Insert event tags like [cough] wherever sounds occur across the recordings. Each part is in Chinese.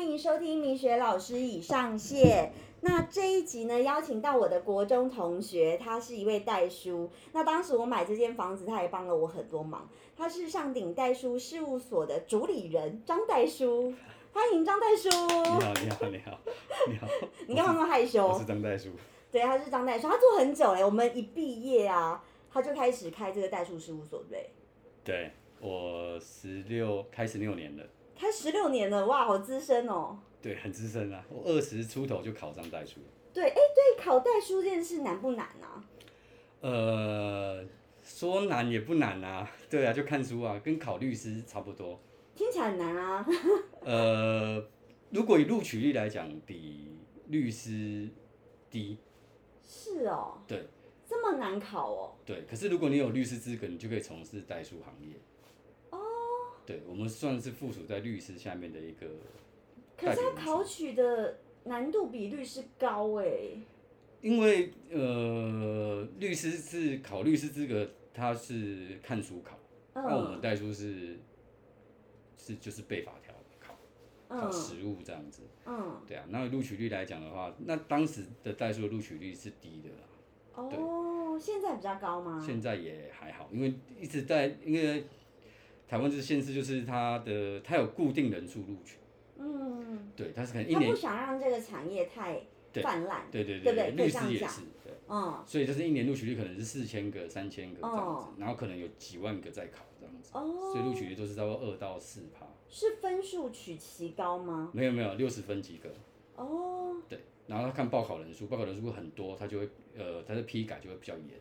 迎收听米雪老师已上线。那这一集呢，邀请到我的国中同学，他是一位代书。那当时我买这间房子，他也帮了我很多忙。他是上鼎代书事务所的主理人张代书，欢迎张代书。你好，你好，你好，你好。你干嘛那么害我羞是？张代书，对，他是张代书，他做很久嘞。我们一毕业啊，他就开始开这个代书事务所，对不对？对我十六开始六年了，开十六年了，哇，好资深哦。对，很资深啊。我二十出头就考上代书，对，哎，对，考代书这件事难不难啊？呃，说难也不难啊，对啊，就看书啊，跟考律师差不多。听起来很难啊。呃，如果以录取率来讲，比律师低，是哦，对这么难考哦。对。可是如果你有律师资格，你就可以从事代书行业。哦。对，我们算是附属在律师下面的一个可代是表它人士考取的难度比律师高哎、因为呃，律师是考律师资格，他是看书考，那、我们嗯代书是是就是背法条考，考嗯实务这样子。嗯，对啊，那录取率来讲的话，那当时的代书的录取率是低的啦，哦，现在比较高吗？现在也还好，因为一直在因为台湾这县市就是它的它有固定人数录取，嗯，对，它是可能一他年不，想让这个产业太对泛滥。对对对不对可以律这样师也讲是，对，嗯，所以就是一年录取率可能是四千个、三千个这样子哦，然后可能有几万个在考这样子。所以哦，录取率都是差不多二到四趴，是分数取其高吗？没有没有六十分及格，哦对。然后他看报考人数，报考人数很多，他就会呃，他的批改就会比较严，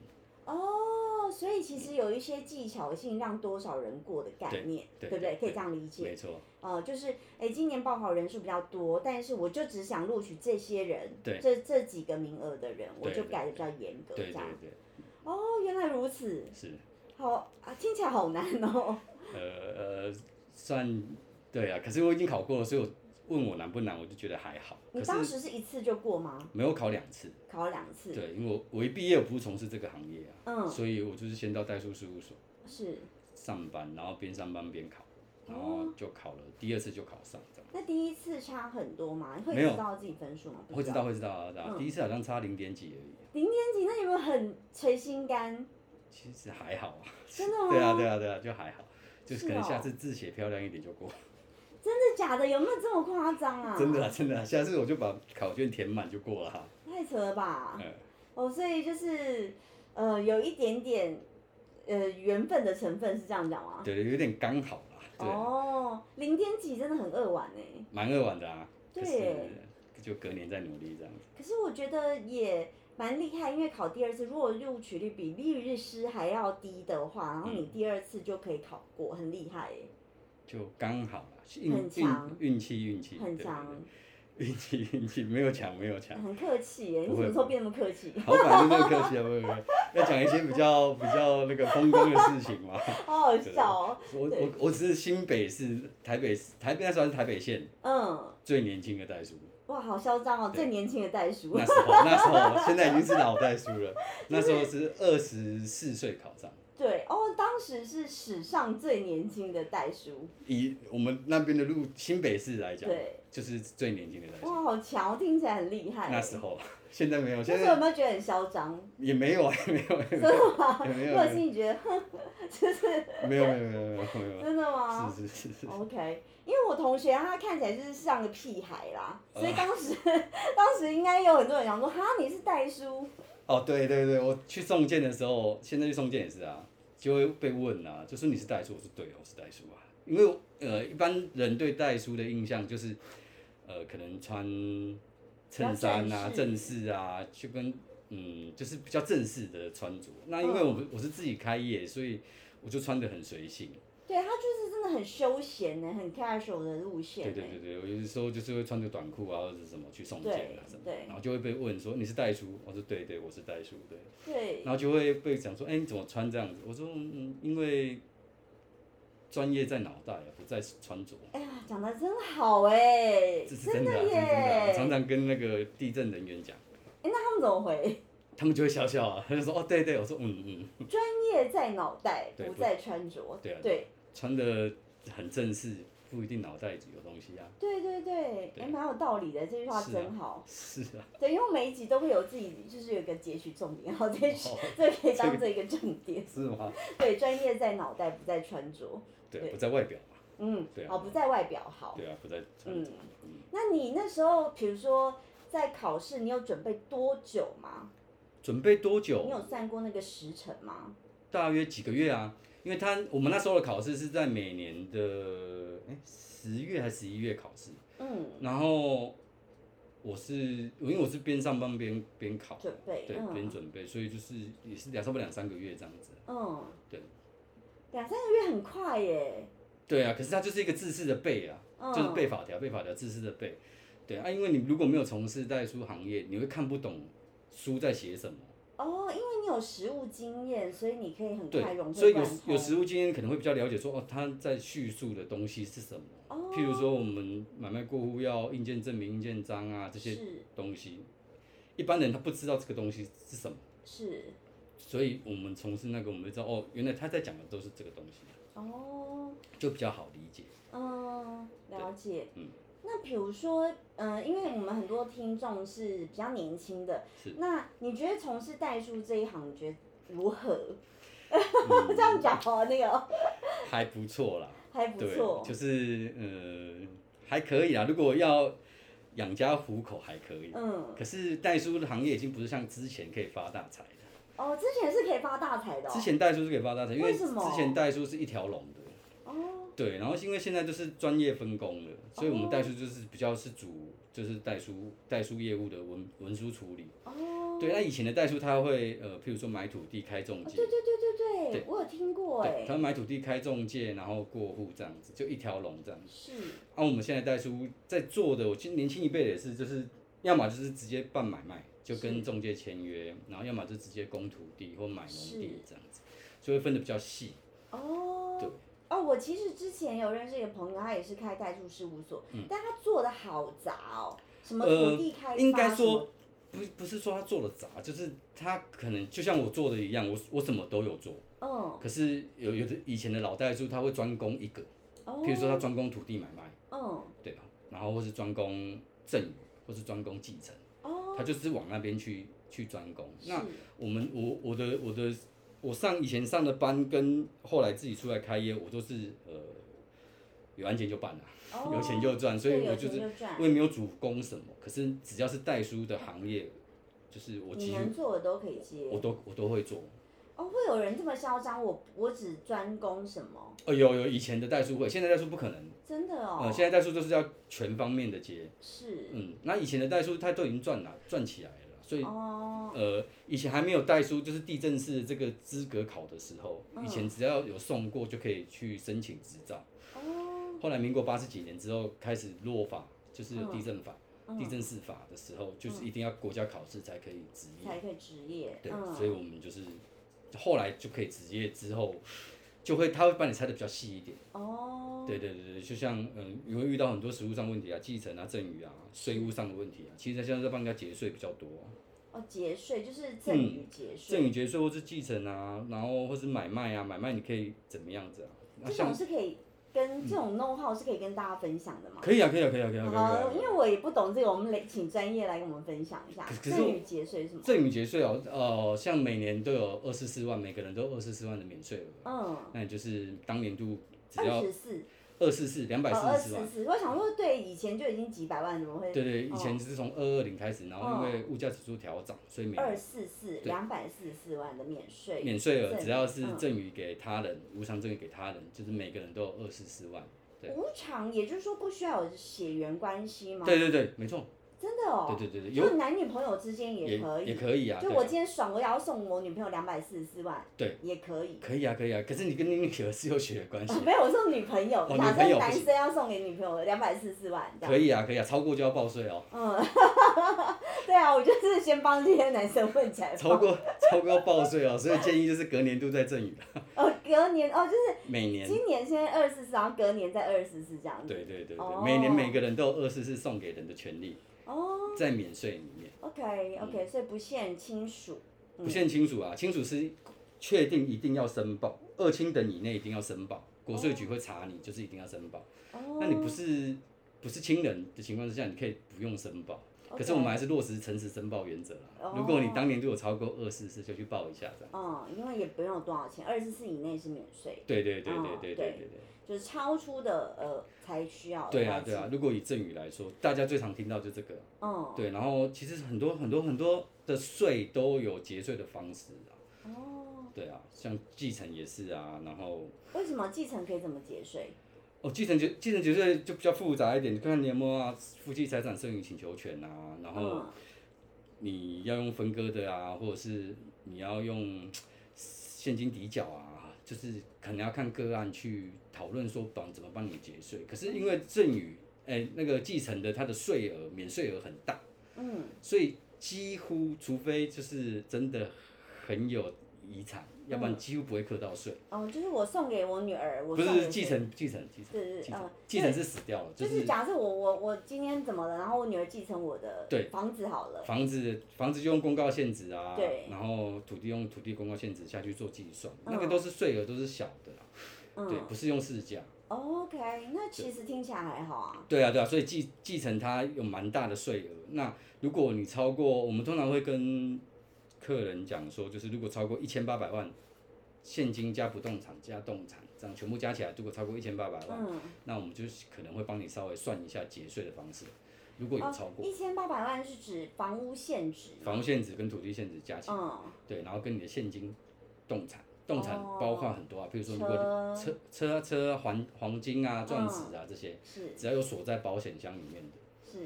哦，所以其实有一些技巧性让多少人过的概对念，对不对？对可以这样理解。没错，呃，就是哎，今年报考人数比较多，但是我就只想录取这些人，对这这几个名额的人，我对就对改的比较严格，这对对样。对，哦，原来如此，是，好啊，听起来好难哦。呃呃，算对啊。可是我已经考过了，所以我问我难不难，我就觉得还好。你可当是时是一次就过吗？没有考两次，考了两次，对，因为我我一毕业我不是从事这个行业啊，嗯，所以我就是先到代书事务所是。哦上班，然后边上班边考，然后就考了，第二次就考上这样。那第一次差很多吗？你会没有知道自己分数吗？不会知道会知道啊，知道哦嗯第一次好像差零点几而已，零点几，那有没有很捶心肝？其实还好啊。真的吗？对啊，对啊，对啊，就还好，就是是可能下哦次字写漂亮一点就过。真的假的？有没有这么夸张啊？真的啊，真的啊，下次我就把考卷填满就过了哈。太扯了吧！嗯，哦，所以就是呃，有一点点呃缘分的成分是这样讲吗？对，有点刚好啦，对，啊哦，零点几真的很扼腕哎。蛮扼腕的啊。可是对就隔年再努力这样子。可是我觉得也蛮厉害，因为考第二次，如果录取率比律师还要低的话，然后你嗯第二次就可以考过，很厉害哎，就刚好啦，运很强运运气运气，很对强，，对对运气运气没有强没 [laughs] 有强，很客气哎，你不什会么时候变那么客 [laughs] 气？好反正没有客气啊，不不不，要讲一些比较比较那个风光的事情嘛。好好笑哦，我我我只是新北市、台北市、台北那时候还是台北县嗯，最年轻的代书，哇，好嚣张哦，对最年轻的袋鼠那，时候那时候现在已经是老代书了，那时候是二十四岁考上，对哦，当时是史上最年轻的袋鼠，以我们那边的路新北市来讲，对，就是最年轻的代书。哇，好强，听起来很厉害。那时，候，现在没有，那现时候有在没有觉得很嚣张？也没有，也 [laughs] 没有，也真没有，的吗？[laughs] 也没有我心里觉得，哼，就是没有，没有，没有，没有，[laughs] 没有，真的吗？是是是是， OK，因为我同学他看起来就是像个屁孩啦，哦所以当时、 [laughs] 当时应该有很多人想说，哈，你是代书，哦，对对对，我去送件的时候，现在去送件也是啊，就会被问啊，就说你是代书，我说对哦，我是代书啊，因为呃，一般人对代书的印象就是，呃，可能穿衬衫啊、比较正正式啊，就跟嗯，就是比较正式的穿着。那嗯因为我们我是自己开业，所以我就穿的很随性。对他就是真的很休闲呢、很 casual 的路线、对呢。对对对，我有的时候就是会穿着短裤啊或者是什么去送件啊对什么对，然后就会被问说你是代书，我说对对，我是代书，对。对然后就会被讲说，哎、你怎么穿这样子？我说，嗯，因为专业在脑袋啊，不在穿着。哎呀，讲的真好哎、这是真真的、啊，这是耶、真的啊、我常哎、常跟那个地震人员讲，那他们怎么 [laughs] 回？他们就会笑笑啊，他就说，哦，对对，我说，嗯嗯，专业在脑袋，对不不在穿着。对啊对穿的很正式，不一定脑袋有东西啊。对对对，对哎，蛮有道理的，这句话是啊真好。是 [laughs] 啊，对，因为我每一集都会有自己，就是有一个截取重点，然后这哦 [laughs] 这可以当做一个重点。是吗？对，专业在脑袋，不在穿着。对啊，对不在外表嘛。嗯，对啊好，不在外表好。对啊，不在穿着。嗯那你那时候，比如说在考试，你有准备多久吗？准备多久你？有算过那个时辰吗？大约几个月啊？因为他我们那时候的考试是在每年的哎十月还是十一月考试，嗯，然后我是因为我是边上班边边考，准备，对，边嗯准备，所以就是也是两差不多两三个月这样子。嗯，对，两三个月很快耶。对啊，可是它就是一个自私的背啊，嗯就是背法条，背法条自私的背。对啊，因为你如果没有从事代书行业，你会看不懂书在写什么。哦，因为你有实务经验，所以你可以很对快融，会所以有贯通有实务经验可能会比较了解说哦，他在叙述的东西是什么。哦譬如说，我们买卖过户要印鉴证明、印鉴章啊这些是东西，一般人他不知道这个东西是什么，是所以我们从事那个，我们就知道哦，原来他在讲的都是这个东西，哦，就比较好理解。嗯，了解。嗯那比如说，嗯、因为我们很多听众是比较年轻的，是那你觉得从事代书这一行，你觉得如何？嗯 [laughs] 这样讲哦，那个还不错啦，还不对错，，就是呃还可以啦。如果要养家糊口还可以，嗯，可是代书的行业已经不是像之前可以发大财了。哦，之前是可以发大财的、哦，之前代书是可以发大财，因为什之么前代书是一条龙的，哦，对，然后因为现在就是专业分工了，所以我们代书就是比较是主，就是代书代书业务的文文书处理。哦，对，那以前的代书他会呃，譬如说买土地开中哦介，对对对对对，对我有听过对，哎，他买土地开中介，然后过户这样子，就一条龙这样子。是啊，我们现在代书在做的，我其实年轻一辈的也是，就是要么就是直接办买卖，就跟中介签约，然后要么就直接供土地或买农地是这样子，就会分的比较细。哦，对哦，我其实之前有认识一个朋友，他也是开代书事务所，但他做的好杂哦，什么嗯呃土地开发，应该什么说不不是说他做的杂，就是他可能就像我做的一样，我我什么都有做，嗯，可是有有的以前的老代书他会专攻一个，哦，比如说他专攻土地买卖，嗯，对吧？然后或是专攻赠与，或是专攻继承，哦，他就是往那边去去专攻。那是我们我我的我的我上以前上的班跟后来自己出来开业，我都是呃有案件就办了，哦有钱就赚，所以对我有就钱是就赚我也没有主攻什么，可是只要是代书的行业，就是我你几乎能做的都可以接我。都我都会做。哦，会有人这么嚣张？我我只专攻什么？哦，有有以前的代书会，现在代书不可能。真的哦，呃，现在代书就是要全方面的接。是嗯，那以前的代书他都已经赚了，赚起来了啦，所以哦，呃，以前还没有代书，就是地震式这个资格考的时候，嗯以前只要有送过就可以去申请执照。哦，后来民国八十几年之后开始落法，就是嗯有地震法、地震式法的时候，就是一定要国家考试才可以执业。才可以职业，对，嗯，所以我们就是后来就可以执业之后，就会他会帮你拆的比较细一点。哦，对对对对，就像嗯，你会遇到很多实务上问题啊，继承啊、赠与啊、税务上的问题啊，其实现在在帮人家节税比较多。哦，节税就是赠与节嗯赠税，与节税或是继承啊，然后或是买卖啊，买卖你可以怎么样子啊？那这像嗯种是可以跟这种 know how 是可以跟大家分享的吗？哦可以啊，可以啊，可以啊，可以啊，可以啊。好，因为我也不懂这个，我们来请专业来跟我们分享一下可可是赠与节税是什么？赠与节税哦，呃，像每年都有二十四万，每个人都二十四万的免税额，嗯，那也就是当年度只二要十四，二四四两百哦，二四十四十万。四，我想说，对，以前就已经几百万，怎么会哦对对，以前是从二二零开始，然后因为物价指数调涨，所以每二年四四两百四十四万的免税？免税额赠只要是嗯赠与给他人，无偿赠与给他人，就是每个人都有二十四万。对无偿，也就是说不需要有血缘关系吗？对对对，没错，真的哦。对对对对有就男女朋友之间也可以。可以啊。就对我啊今天爽，我也要送我女朋友两百四十四万。对。也可以。可以啊，可以啊，可是你跟那个是有血 [laughs] 缘关系哦，没有，我说女朋友，哦假女朋设友男不行生要送给女朋友两百四十四万，这样。可以啊，可以啊，超过就要报税哦，对啊，我就是先帮这些男生问起来。 [laughs] 超过超过要报税哦，所以建议就是隔年度再赠与，哦，隔年哦，就是每年，今年先二四四，然后隔年再二四四这样子。对对对哦对，每年每个人都有二十四送给人的权利，哦在免税里面， ，OK 嗯 OK，所以不限亲属。不限亲属啊，亲属是确定一定要申报，二亲等以内一定要申报，国税局会查你，就是一定要申报。哦，那你不是不是亲人的情况之下，你可以不用申报。可是我们还是落实诚实申报原则啦。如果你当年度有超过二四四，就去报一下这样。嗯，因为也不用多少钱，二十四以内是免税，对对对哦对对对对对对。就是超出的呃才需要。对啊对啊，，如果以赠与来说，大家最常听到就这个。嗯，对，然后其实很多很多很多的税都有节税的方式啊。哦，对啊，像继承也是啊，然后为什么继承可以怎么节税？哦，继承节继承节税就比较复杂一点，看你有没有啊夫妻财产剩余请求权啊，然后嗯，你要用分割的啊，或者是你要用现金抵缴啊，就是可能要看个案去讨论说帮怎么帮你节税。可是因为赠与，哎、那个继承的它的税额免税额很大，嗯，所以几乎除非就是真的很有遗产，要不然几乎不会课到税。哦，就是我送给我女儿，嗯我不送给谁是继，承，继承，继承，是继是承呃，，继承是死掉了，就就是是假设我我我今天怎么了，然后我女儿继承我的对房子好了，房子房子就用公告限值啊，对然后土地用土地公告限值下去做计算，嗯那个都是税额都是小的啦，对嗯，不是用市价。 ，OK，那其实听起来还好啊，对啊，对啊，所以继继承它有蛮大的税额。那如果你超过，我们通常会跟客人讲说，就是如果超过一千八百万，现金加不动产加动产，这样全部加起来，如果超过一千八百万，嗯，那我们就是可能会帮你稍微算一下节税的方式。如果有超过，哦一千八百万是指房屋现值，房屋限值跟土地限值加起来。嗯，对，然后跟你的现金、动产，动产包括很多啊，比如说如果哦车嗯你车车啊车啊黄黄金啊、钻石啊这些，是只要有锁在保险箱里面的，是，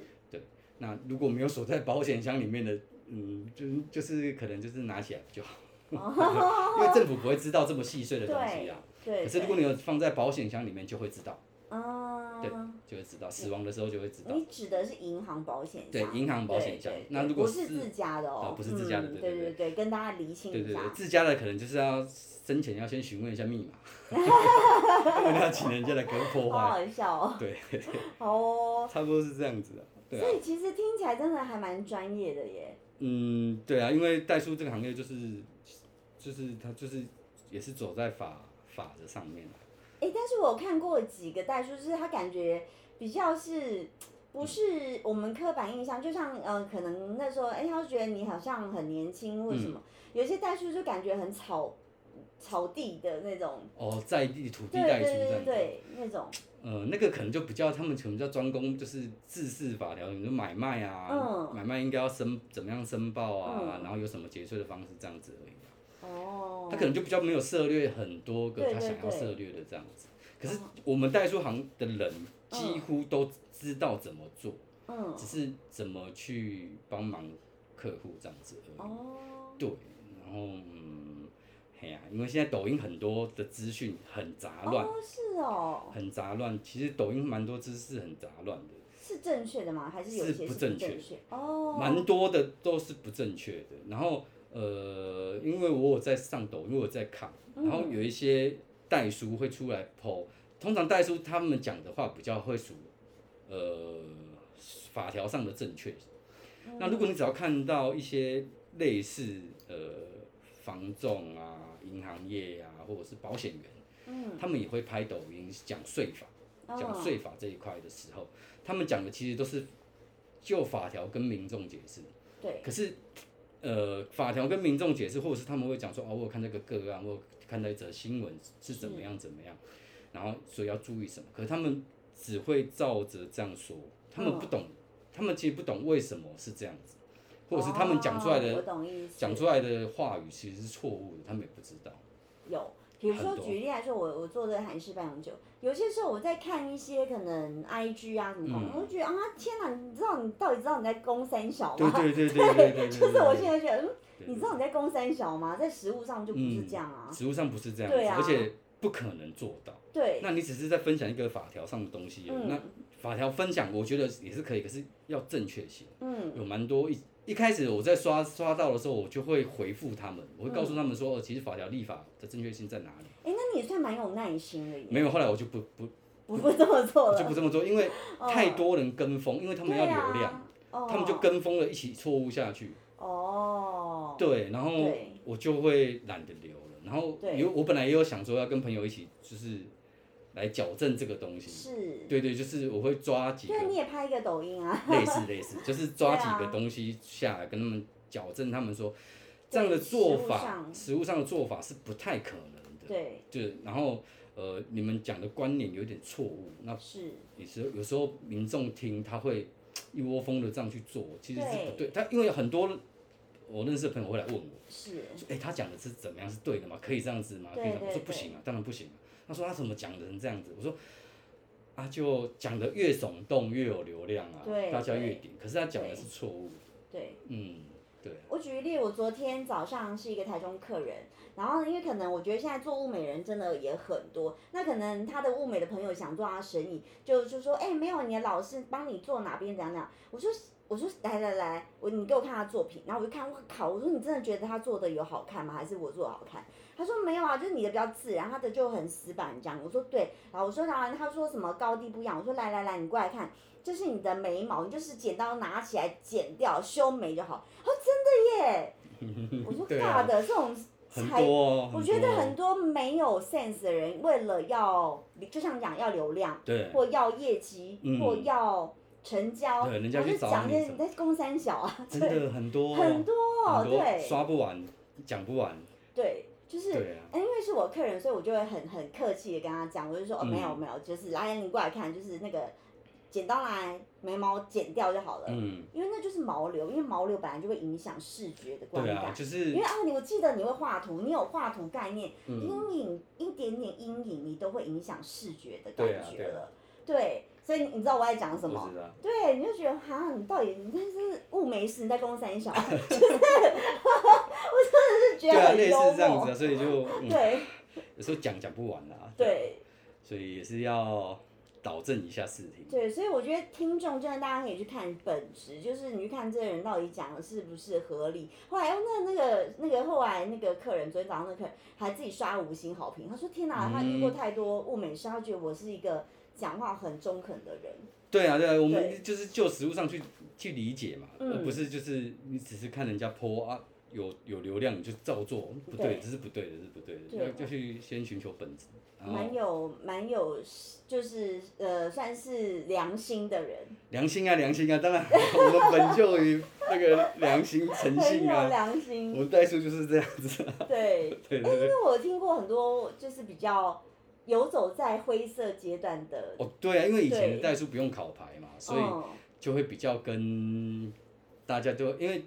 那如果没有锁在保险箱里面的，嗯，就是就是可能就是拿起来就 [laughs] 好， [laughs] 因为政府不会知道这么细碎的东西啊。对，可是如果你有放在保险箱里面，就会知道，嗯，对就会知道，死亡的时候就会知道。你指的是银行保险对箱？银行保险对箱对那对如果不是是自家的哦啊，不是自家的嗯对对对对对，跟大家厘清对一对下对，。自家的可能就是要生前要先询问一下密 [laughs] 码， [laughs] 因为他请人家来给我破好坏，好笑哦， [laughs] 对，好哦，差不多是这样子啊。对啊所，以其实听起来真的还蛮专业的耶。嗯，对啊，因为代书这个行业就是，就是他就是也是走在法法的上面啊哎，但是我有看过几个代书，就是他感觉比较是。嗯不是我们刻板印象，就像呃，可能那时候，哎、他就觉得你好像很年轻，或者嗯什么？有些代书就感觉很草草地的那种，哦，在地土地对代对书这对对样子。对，那种，呃，那个可能就比较他们可能叫专攻，就是自式法条，你说买卖啊，嗯买卖应该要申怎么样申报啊，嗯然后有什么节税的方式这样子而已。哦，他可能就比较没有涉猎很多个对他对想要对涉猎的这样子。可是我们代书行的人几乎都知道怎么做，嗯，只是怎么去帮忙客户这样子而已。哦，对，然后嗯，嘿呀、因为现在抖音很多的资讯很杂乱，哦，是哦，很杂乱。其实抖音蛮多知识很杂乱的，是正确的吗？还是有是些不是正确？哦，蛮多的都是不正确的。然后呃，因为我有在上抖音，我有在看，嗯然后有一些代书会出来 PO，通常代书他们讲的话比较会属呃法条上的正确。嗯那如果你只要看到一些类似呃房仲啊、银行业啊，或者是保险员，嗯，他们也会拍抖音讲税法，讲哦，税法这一块的时候，他们讲的其实都是就法条跟民众解释。对，可是，呃，法条跟民众解释，或者是他们会讲说，哦，我有看这个个案，我有看到一则新闻是怎嗯么样怎么样，然后所以要注意什么。可是他们只会照着这样说，他们嗯不懂，他们其实不懂为什么是这样子，或者是他们讲出来哦我的懂意思，讲、出来的话语其实是错误的，他们也不知道。有。比如说很多举例来说，我我做这个韩式半永久，有些时候我在看一些可能 I G 啊什么广告，嗯我就觉得啊天哪，你知道你到底知道你在攻三小对吗？对对对对对 [laughs] 对，就是我现在觉得，嗯，对嗯你知道你在攻三小吗？在实物上就不是这样啊，实物上不是这样子，对啊而且不可能做到。对，那你只是在分享一个法条上的东西而已，嗯那法条分享我觉得也是可以，可是要正确性，嗯，有蛮多一一开始我在刷刷到的时候，我就会回复他们，我会告嗯诉他们说，哦，其实法条立法的正确性在哪里？哎，那你也算蛮有耐心的耶，没有，后来我就不不不会这么做我了，就不这么做，因为哦太多人跟风，因为他们要对啊流量，哦他们就跟风了，一起错误下去，哦，对，然后对我就会懒得留了，然后对有我本来也有想说要跟朋友一起就是。来矫正这个东西。是，对对，就是我会抓几个对，你也拍一个抖音啊，类似类似，就是抓对啊几个东西下来跟他们矫正，他们说这对样的做食物法，上实物上的做法是不太可能的。对，就是然后呃，你们讲的观念有点错误，那是，有时候有时候民众听他会一窝蜂的这样去做，其实是不对对。他因为很多我认识的朋友会来问我，是，说：“哎、他讲的是怎么样是对的吗？可以这样子吗？可对以这样？”我对说：“不行啊，当然不行、啊。”他说：“他怎么讲的成这样子？”我说：“啊，就讲的越耸动越有流量啊对，大家越对点。可是他讲的对是错误的。对。嗯，对，我举例，我昨天早上是一个台中客人，然后因为可能我觉得现在做物美人真的也很多，那可能他的物美的朋友想做他生意，就就说，哎、没有，你的老师帮你做哪边怎样怎样，我说。我说来来来，我你给我看他作品，然后我就看，我靠！我说你真的觉得他做的有好看吗？还是我做的好看？他说没有啊，就是你的比较自然，他的就很死板这样。我说对，然后我说然后他说什么高低不一样，我说来来来，你过来看，这是你的眉毛，你就是剪刀拿起来剪掉修眉就好。他说真的耶，我说对大啊的、这种很才，多、哦，我觉得多哦很多没有 sense 的人，为了要就像讲要流量，对，或要业绩，嗯或要成交，对人家然后去就找讲你些什么在公三小啊，真的很多哦、很多哦很多对刷不完，讲不完，对，就是对啊，哎因为是我客人，所以我就会很很客气的跟他讲，我就说哦嗯没有没有，就是来你过来看，就是那个剪刀来眉毛剪掉就好了，嗯，因为那就是毛流，因为毛流本来就会影响视觉的观对感。啊，就是因为啊，你我记得你会画图，你有画图概念，嗯阴影一点点阴影，你都会影响视觉的对啊感觉对啊了。对，所以你知道我在讲什我么知？道，对，你就觉得哈，你到底你真是雾眉师，你在公三小，就是我真的是觉对得啊，很类似幽这样子默啊，。所以就、 [laughs] 嗯、对有时候讲讲不完啊，，对所以也是要导正一下视听。对，所以我觉得听众真的大家可以去看本质，就是你去看这个人到底讲的是不是合理。后来那那个那个后来那个客人，昨天早上那个客人还自己刷五星好评，他说天哪，他遇嗯过太多物美师，他觉得我是一个讲话很中肯的人。对啊，对啊，对我们就是就实物上去去理解嘛，嗯而不是就是你只是看人家 po 啊，有有流量你就照做，不对，对这是不对的，这是不对的，对要要去先寻求本质，然后蛮有蛮有，就是呃，算是良心的人，良心啊，良心啊，当然 [laughs] 我们本就于那个良心诚很信有啊，良心。我们代数就是这样子啊，对， [laughs] 对对哎、因对，为我听过很多就是比较游走在灰色阶段的，哦对啊，因为以前对的代数不用考牌嘛，所以嗯、就会比较跟大家都因为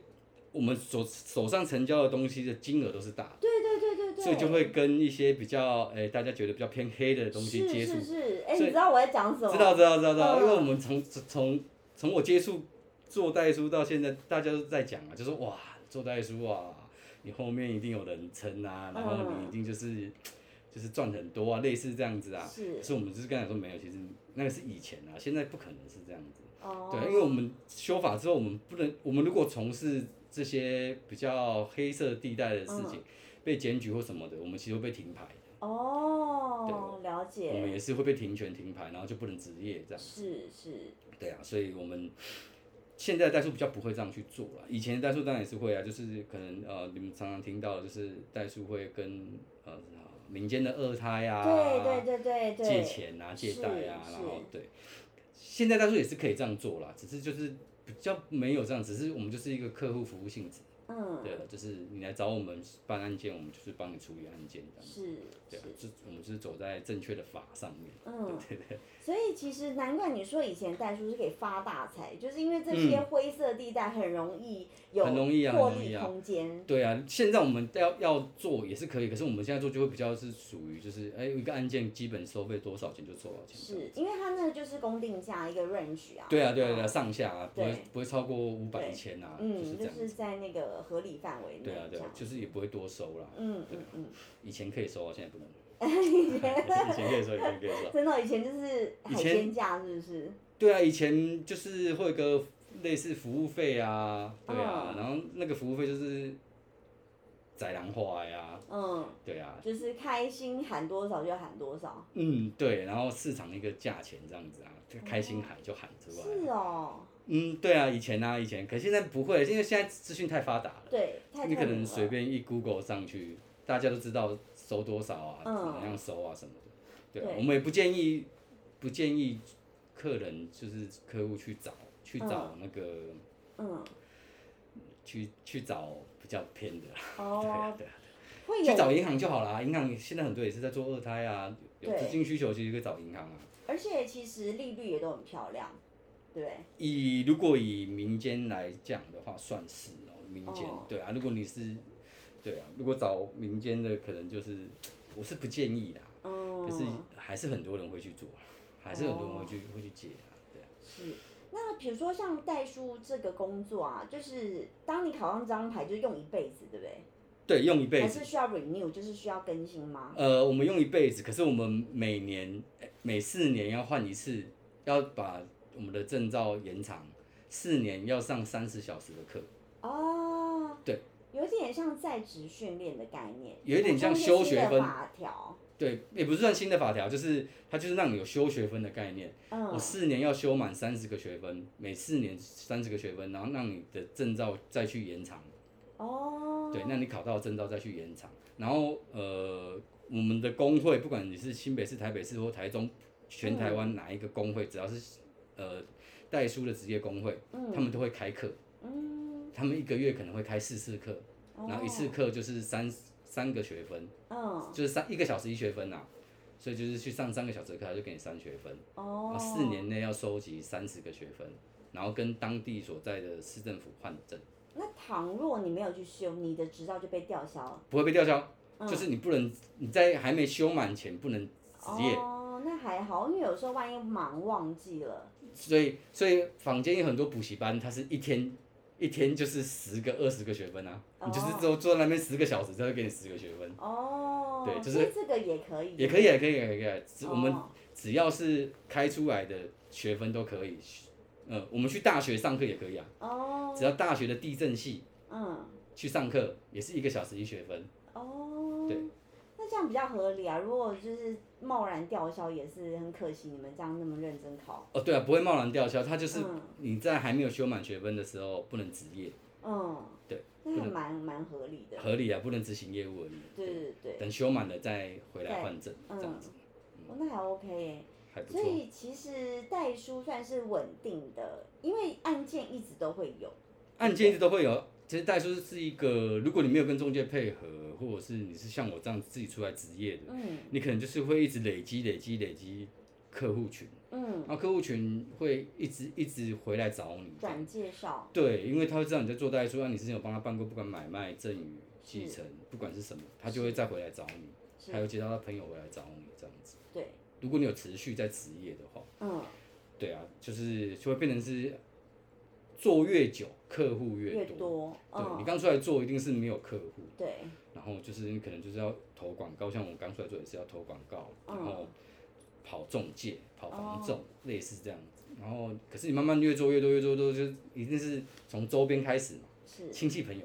我们手手上成交的东西的金额都是大的。对对对对对，所以就会跟一些比较诶、大家觉得比较偏黑的东西接触。是是是，哎、所你以知道我在讲什么？知道知道知道知道，嗯因为我们从从从我接触做代书到现在，大家都在讲啊，就说哇做代书啊，你后面一定有人撑啊，然后嗯你一定就是、就是赚很多啊，类似这样子啊。是所以我们就是刚才说没有，其实那个是以前啊，现在不可能是这样子。哦，对，因为我们修法之后，我们不能，我们如果从事这些比较黑色地带的事嗯情，被检举或什么的，我们其实会被停牌的，哦，了我们解，也是会被停权停牌，然后就不能执业这样。是是，对啊，所以我们现在的代数比较不会这样去做了，以前的代数当然也是会啊，就是可能呃，你们常常听到的就是代数会跟呃民间的二胎啊，对对对对对，借钱啊、借是贷啊，是然后对，现在大数也是可以这样做啦，只是就是比较没有这样，只是我们就是一个客户服务性质，嗯，对，就是你来找我们办案件，我们就是帮你处理案件这样，是对啊是，，就我们就是走在正确的法上面，嗯。对对对，所以其实难怪你说以前代书是可以发大财，就是因为这些灰色地带很容易有嗯很容易啊很获容易利啊空间。对啊，现在我们要要做也是可以，可是我们现在做就会比较是属于就是哎、一个案件基本收费多少钱就收多少钱，是因为它那个就是公定价一个 range 啊。对啊对啊对啊，上下啊不会对不会超过五百对一千啊，就是嗯，这就样是子，在那个合理范围内对啊这对样啊，。就是也不会多收啦，嗯嗯嗯，以前可以收啊，现在不能。以前 [laughs] 以前可以收，以前可以收。真的以前就是海啊以前鲜价是不是？对啊，以前就是会有个类似服务费啊，对啊，嗯然后那个服务费就是宰狼花呀，嗯，对啊，就是开心喊多少就喊多少。嗯，对，然后市场一个价钱这样子啊，就开心喊就喊之外，是哦，嗯，对啊，以前啊，以前，可现在不会，因为现在资讯太发达了，对，太你透可明能了随便一 Google 上去，大家都知道收多少啊，嗯怎么样收啊什么的，对啊，对我们也不建议不建议客人就是客户去找去找那个、嗯，去去找比较偏的， [laughs] 对哦啊，对啊，会去有，找银行就好啦。银行现在很多也是在做二胎啊，有对资金需求其实可以找银行啊。而且其实利率也都很漂亮，对不对，以如果以民间来讲的话，算是哦，民间、哦对啊。如果你是对啊，如果找民间的，可能就是我是不建议啦，可是嗯，还是很多人会去做，还是很多人会哦去、会去借啊，对啊。是。那比如说像代书这个工作啊，就是当你考上这张牌，就是用一辈子，对不对？对，用一辈还子。是需要 renew，就是需要更新吗？呃，我们用一辈子，可是我们每年呃每四年要换一次，要把我们的证照延长，四年要上三十小时的课，哦，对，有点像在职训练的概念，有一点像补充一些修学新的分法条，对，也不是算新的法条，就是它就是让你有修学分的概念。我嗯，四年要修满三十个学分，每四年三十个学分，然后让你的证照再去延长。哦，对，那你考到证照再去延长。然后呃，我们的工会，不管你是新北市、台北市或台中，全台嗯湾哪一个工会，只要是呃代书的职业工会，他们都会开课。嗯，他们一个月可能会开四次课，然后一次课就是三三个学分，哦，就是三一个小时一学分啊。所以就是去上三个小时的课，他就给你三学分。嗯，哦，啊，四，年内要收集三十个学分，然后跟当地所在的市政府换证，那倘若你没有去修，你的执照就被吊销了，不会被吊销。嗯就是你不能你在还没修满前不能职业，哦，那还好，因为有时候万一忙忘记了，所以所以坊间有很多补习班，它是一天一天就是十个二十个学分啊，你就是哦坐坐在那边十个小时，他会给你十个学分，哦，对就是所以这个也可以，也可以，啊也可以，也可以也可以，只哦，我们只要是开出来的学分都可以，呃，我们去大学上课也可以啊，哦，只要大学的地震系嗯，去上课也是一个小时一学分。哦，对。那这样比较合理啊！如果就是贸然吊销，也是很可惜。你们这样那么认真考，哦，对啊，不会贸然吊销，它就是嗯你在还没有修满学分的时候不能执业，嗯，对，那不还能蛮蛮合理的，合理啊，不能执行业务而已。对对对，等修满了再回来换证，这嗯样子，哦那还 OK 耶。还不所错。以其实代书算是稳定的，因为案件一直都会有，案件一直都会有，其实代书是一个，如果你没有跟中介配合，或者是你是像我这样自己出来执业的，嗯你可能就是会一直累积、累积、累积客户群，嗯，然后客户群会一直一直回来找你。转介绍，对，因为他会知道你在做代书，那你之前有帮他办过，不管买卖、赠与、继是承，不管是什么，他就会再回来找你。是还有接到他朋友回来找你这样子。对，如果你有持续在职业的话，嗯，对啊，就是就会变成是做越久，客户越多。多，对你嗯，刚出来做，一定是没有客户，对，然后就是你可能就是要投广告，像我刚出来做也是要投广告，嗯然后跑中介、跑房哦仲，类似这样子。然后可是你慢慢越做越多，越做越多，就一定是从周边开始嘛，是亲戚朋友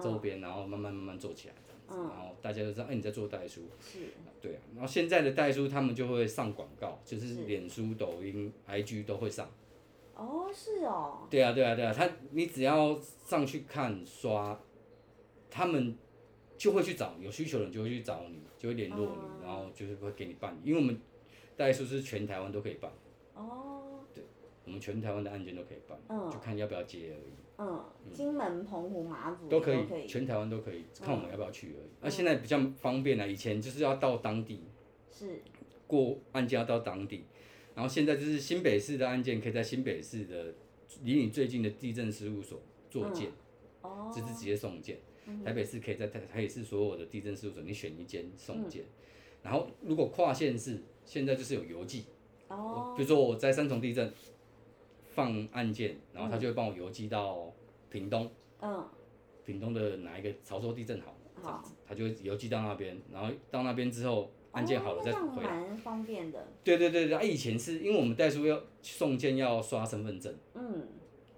周嗯边，然后慢慢慢慢做起来这样子，嗯然后大家就知道，哎、你在做代书，是，对啊，然后现在的代书他们就会上广告，就是是脸书、抖音、IG 都会上。哦，是哦，对啊，对啊，对啊，他你只要上去看刷，他们就会去找你，有需求的人就会去找你，就会联络你，哦然后就是会给你办理。因为我们代书是全台湾都可以办，哦，我们全台湾的案件都可以办，嗯就看要不要接而已，嗯，金门、澎湖、马祖都可可以，全台湾都可以，看我们要不要去而已。那、嗯现在比较方便啊了、以前就是要到当地，是，过案件要到当地，然后现在就是新北市的案件可以在新北市的离你最近的地震事务所做件，哦，就是直接送件。台北市可以在台台北市所有的地震事务所，你选一间送件。嗯然后如果跨县市，现在就是有邮寄，哦，比如说我在三重地震放案件，然后他就会帮我邮寄到屏东，嗯，屏东的哪一个潮州地震好了，这样好子，他就会邮寄到那边，然后到那边之后案件好了哦再那这样回来。蛮方便的，对对对对，啊，以前是因为我们代书要送件要刷身份证，嗯，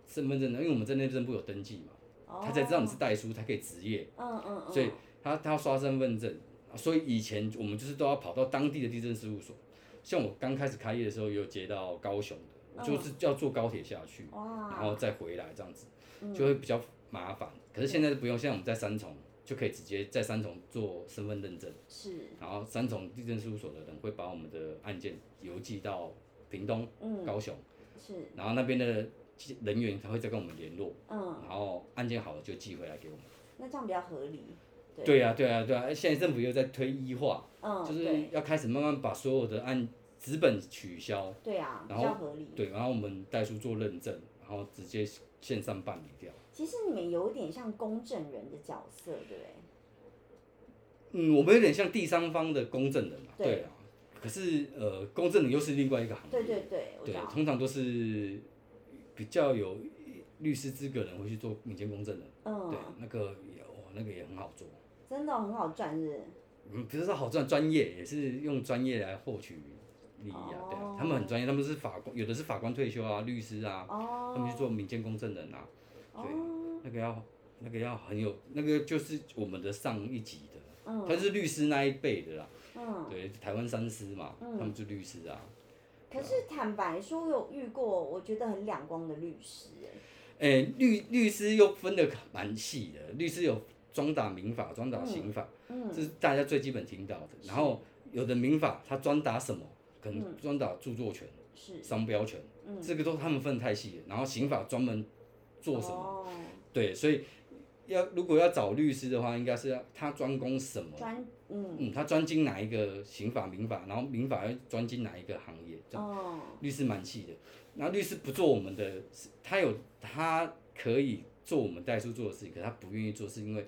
身份证的，因为我们在内政部有登记嘛，哦他才知道你是代书，才可以执业，嗯嗯嗯，所以他他要刷身份证，所以以前我们就是都要跑到当地的地震事务所，像我刚开始开业的时候，也有接到高雄的，我就是要坐高铁下去，嗯然哇，嗯后再回来这样子，就会比较麻烦。可是现在就不用，现在我们在三重，就可以直接在三重做身份认证，是，然后三重地震事务所的人会把我们的案件邮寄到屏东、嗯，高雄，是，然后那边的人员他会再跟我们联络，嗯，然后案件好了就寄回来给我们。那这样比较合理，对对啊，对啊，对啊！现在政府又在推医化，嗯，就是对，要开始慢慢把所有的按资本取消，对啊，比然后较合理。对，然后我们代书做认证，然后直接线上办理掉。其实你们有点像公证人的角色，对不对？嗯，我们有点像第三方的公证人嘛，对对啊。可是呃，公证人又是另外一个行业，对对对，我知嗯对道，通常都是比较有律师资格的人会去做民间公证人，对嗯，，那个也哦，那个也很好做，真的很好赚日，嗯，不是说好赚，专业也是用专业来获取利益啊，对啊哦，他们很专业，他们是法官，有的是法官退休啊，律师啊，哦，他们去做民间公证人啊，哦，那个要那个要很有，那个就是我们的上一级的，嗯他是律师那一辈的啦，嗯。对，台湾三师嘛，嗯他们就律师啊，可是坦白说，我有遇过我觉得很两光的律师，哎，诶，律律师又分的蛮细的，律师有专打民法、专打刑法，嗯，这是大家最基本听到的。是然后有的民法他专打什么，可能专打著作权、嗯是，商标权，嗯，这个都他们分得太细了。然后刑法专门做什么？哦？对，所以要如果要找律师的话，应该是要他专攻什么？专，嗯，嗯，他专精哪一个刑法、民法，然后民法要专精哪一个行业？哦，律师蛮细的。那律师不做我们的事，他有他可以做我们代书做的事情，可他不愿意做，是因为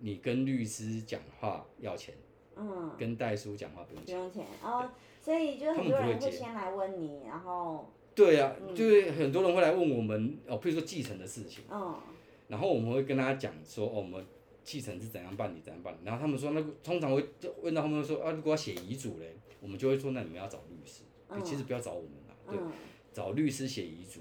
你跟律师讲话要钱，嗯，跟代书讲啊话不用不钱。用钱哦，所以就是很他们多不会人会接先来问你，然后，对啊，嗯就是很多人会来问我们哦，譬如说继承的事情，嗯，然后我们会跟他讲说，哦，我们继承是怎样办理，怎样办理。然后他们说，那个通常会就问到他们说，啊，如果要写遗嘱嘞，我们就会说，那你们要找律师，嗯其实不要找我们啦，对，嗯，找律师写遗嘱，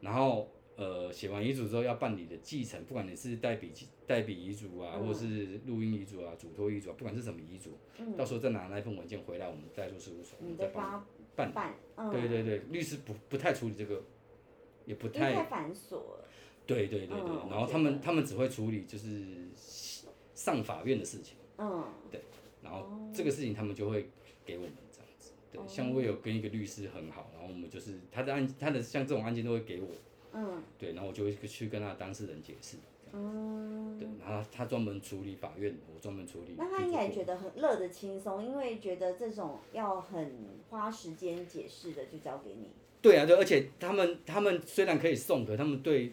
然后呃写完遗嘱之后要办理的继承，不管你是代笔继代笔遗嘱啊，嗯或者是录音遗嘱啊、嘱托遗嘱啊，不管是什么遗嘱，嗯到时候再拿那份文件回来，我们代书事务所，我你们再再帮帮你他办。办，嗯，对对对，律师不不太处理这个，也不因为太太繁琐了，对对对对，嗯然后我觉他们得他们只会处理就是上法院的事情，嗯，哦然后这个事情他们就会给我们这样子。对，像我有跟一个律师很好，然后我们就是他的案，他的像这种案件都会给我，嗯，对，然后我就会去跟他的当事人解释，嗯，对，然后他专门处理法院，我专门处理。那他应该也觉得很乐得轻松，因为觉得这种要很花时间解释的，就交给你，对啊，对，而且他们他们虽然可以送，可他们对，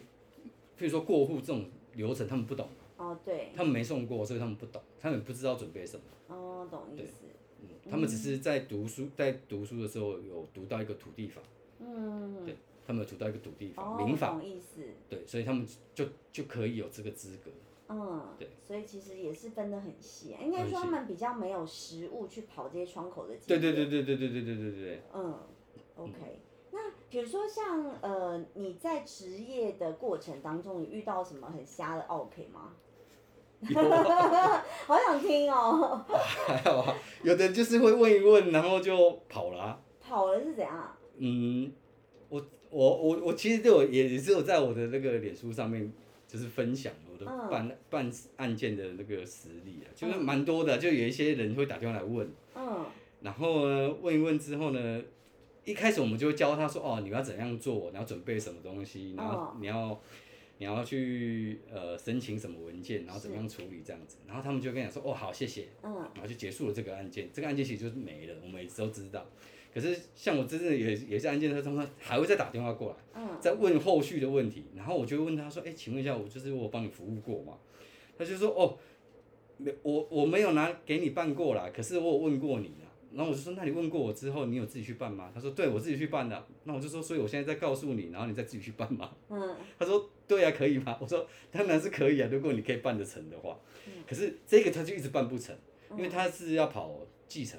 譬如说过户这种流程他们不懂，哦，对，他们没送过，所以他们不懂，他们不知道准备什么。哦，懂意思，嗯，他们只是在读书，在读书的时候有读到一个土地法，嗯，对他们有读到一个土地法、哦，民法，懂意思，对，所以他们就就可以有这个资格。嗯，对，所以其实也是分得很细，啊应该很说他细们比较没有实物去跑这些窗口的经对验，对对对对对对对对对对。嗯，OK。那比如说像呃，你在职业的过程当中，你遇到什么很瞎的 OK 吗？ [laughs] 好想听哦，还好啊，有的就是会问一问，然后就跑了啊、跑了是怎样？嗯，我我我我其实都有也也是有在我的那个脸书上面，就是分享我的嗯办、办案件的那个实例啊，就是蛮多的啊，就有一些人会打电话来问，嗯然后呢问一问之后呢，一开始我们就会教他说哦，你要怎样做，你要准备什么东西，然后哦你要。你要去呃申请什么文件，然后怎么是样处理这样子，然后他们就跟你讲说哦好谢谢，嗯然后就结束了这个案件。这个案件其实就是没了，我们也都知道。可是像我真正也也是案件的时候，他们还会再打电话过来，嗯，再问后续的问题。然后我就会问他说：“哎，请问一下，我就是我帮你服务过吗？”他就说：“哦，没，我我没有拿给你办过啦，可是我有问过你啦。”然后我就说：“那你问过我之后，你有自己去办吗？”他说：“对，我自己去办的。”那我就说：“所以我现在在告诉你，然后你再自己去办吗？”嗯他说：“对啊，可以吗？”我说：“当然是可以啊，如果你可以办得成的话。嗯可是这个他就一直办不成，嗯因为他是要跑继承，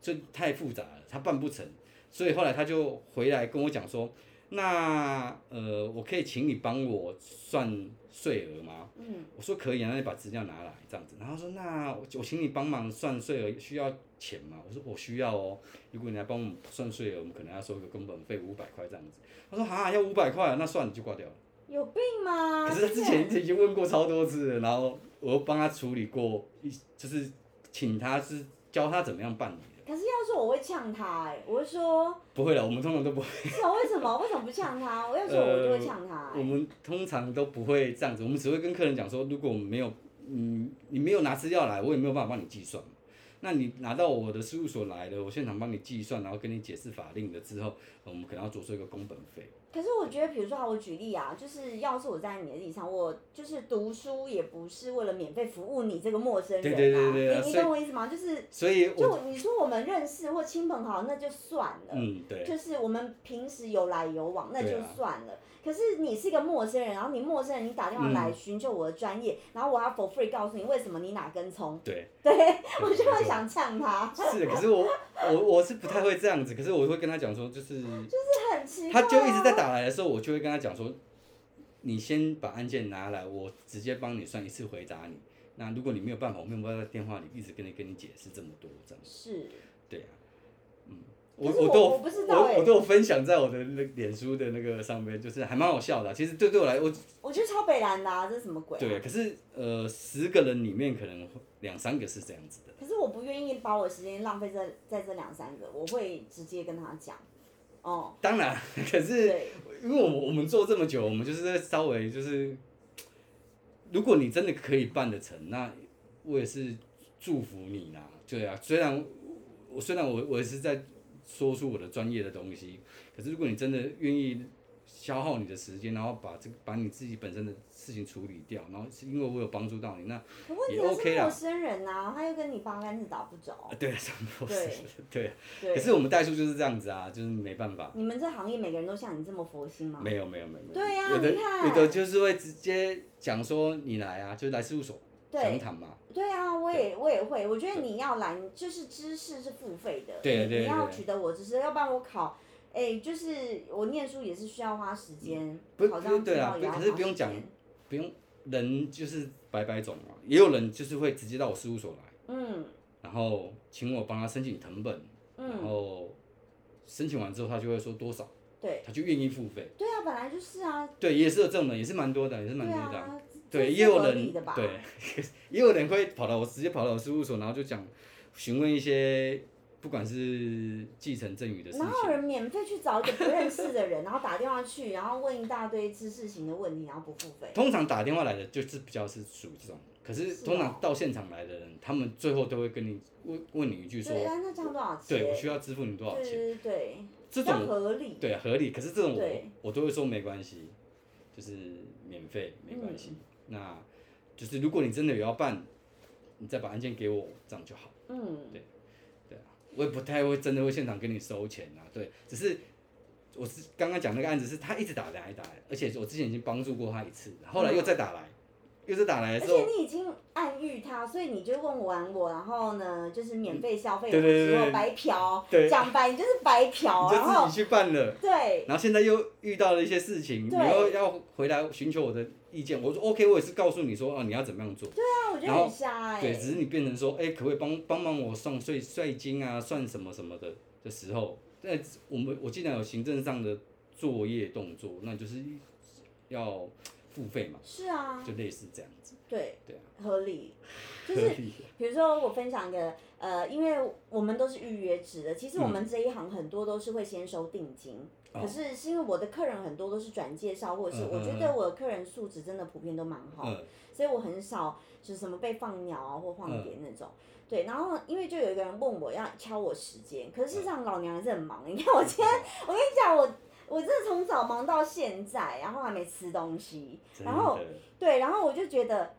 所以太复杂了，他办不成。所以后来他就回来跟我讲说：“那呃，我可以请你帮我算税额吗嗯，？”我说：“可以啊，那你把资料拿来这样子。”然后他说：“那我我请你帮忙算税额，需要钱吗？”我说：“我需要哦，如果你来帮我们算税额，我们可能要收个工本费五百块这样子。”他说：“哈，要五百块啊，那算了，就挂掉了。”有病吗？可是他之前已经问过超多次了，然后我又帮他处理过一，就是请他是教他怎么样办理的。可是要说我会呛他、哎，我会说，不会了，我们通常都不会，是哦，为什么？为什么不呛他？我要说我呃就会呛他、欸我们通常都不会这样子，我们只会跟客人讲说，如果我们没有，嗯，你没有拿资料来，我也没有办法帮你计算嘛。那你拿到我的事务所来了，我现场帮你计算，然后跟你解释法令了之后，我们可能要做出一个工本费。可是我觉得，比如说，好，我举例啊，就是要是我站在你的立场，我就是读书也不是为了免费服务你这个陌生人啊，对对对对对你你所以懂我意思吗？就是所以我，就你说我们认识或亲朋好友，那就算了。嗯，对。就是我们平时有来有往，那对就啊算了。可是你是一个陌生人，然后你陌生人，你打电话嗯来寻求我的专业，然后我要 for free 告诉你为什么你哪根葱，对，对 [laughs] 对我就没会错想呛 [laughs] 他，是，可是我我我是不太会这样子，可是我会跟他讲说，就是这很奇怪、他啊。就一直在打来的时候，我就会跟他讲说，你先把案件拿来，我直接帮你算一次回答你。那如果你没有办法，我没有办法在电话里一直跟你跟你解释这么多，这样是，对啊，嗯，可是我我都我有不知道我欸我都有分享在我的那脸书的那个上面，就是还蛮好笑的啊、其实对对我来，我我觉得超北蓝的、啊，这是什么鬼、啊？对，可是呃，十个人里面可能会两三个是这样子的。可是我不愿意把我的时间浪费在在这两三个，我会直接跟他讲。哦，当然， [laughs] 可是对，因为我我们做这么久，我们就是在稍微就是，如果你真的可以办得成，那我也是祝福你啦。对啊，虽然我虽然我我也是在说出我的专业的东西，可是如果你真的愿意消耗你的时间，然后把这个把你自己本身的事情处理掉，然后是因为我有帮助到你，那啊可问题也他 OK 是啦陌生人呐、啊，他又跟你八竿子打不着。对啊，差不多是对对啊。对，可是我们代数就是这样子啊，就是没办法。你们这行业每个人都像你这么佛心吗？没有没有没有，没有对啊有的你看有的就是会直接讲说你来啊，就是来事务所详对谈嘛，对啊，我也我也会，我觉得你要来，你就是知识是付费的，对对你你要对取得我知识，要不然我考，哎，就是我念书也是需要花时间，嗯不考不上对啊证照也要不花可是不用时讲间不用人就是百百种嘛，也有人就是会直接到我事务所来，嗯然后请我帮他申请成本，然嗯，后申请完之后他就会说多少，对他就愿意付费。对啊，本来就是啊，对，也是有这种人，也是蛮多的，也是蛮对多的啊。啊，对，这也是有合人理的吧对， [laughs] 也有人会跑到我直接跑到我事务所，然后就讲询问一些不管是继承赠与的事哪有情，啊人免费去找一个不认识的人，然后打电话去，然后问一大堆知识型的问题，然后不付费？通常打电话来的就是比较是属于这种，可是是通哦常到现场来的人，他们最后都会跟你问问你一句说，对，但那这样多少钱？对我需要支付你多少钱，对对对，这比较种合理。对合理，可是这种我对我都会说没关系，就是免费没关系，嗯那就是如果你真的有要办，你再把案件给我，这样就好。啊嗯，我也不太会真的会现场跟你收钱啊，对，只是我是刚刚讲那个案子是他一直打来打来，而且我之前已经帮助过他一次，后来又嗯再打来，又再打来而的时候且，你已经暗喻他，所以你就问完我，然后呢，就是免费消费，对对对我对白嫖，对，讲白你就是白你嫖，然就 [laughs] 后自己去办了，对然后现在又遇到了一些事情，你对又要回来寻求我的意见，我说 OK，我也是告诉你说哦、你要怎么样做，啊，我觉得然后很瞎哎、对，只是你变成说，哎、可不可以帮帮忙我算税税金啊，算什么什么的的时候，那我们我既然有行政上的作业动作，那就是要付费嘛，是啊，就类似这样子，对，对啊，合理，就合是理比如说我分享一个，呃，因为我们都是预约制的，其实我们这一行很多都是会先收定金，哦可是是因为我的客人很多都是转介绍，或者是嗯我觉嗯得我的客人素质真的普遍都蛮好的嗯所以我很少就是什么被放鸟啊或放点那种。对，然后因为就有一个人问我要敲我时间，可是嗯事实上老娘还是很忙。你看我今天，我跟你讲，我我真的从早忙到现在，然后还没吃东西，真然后的对，然后我就觉得。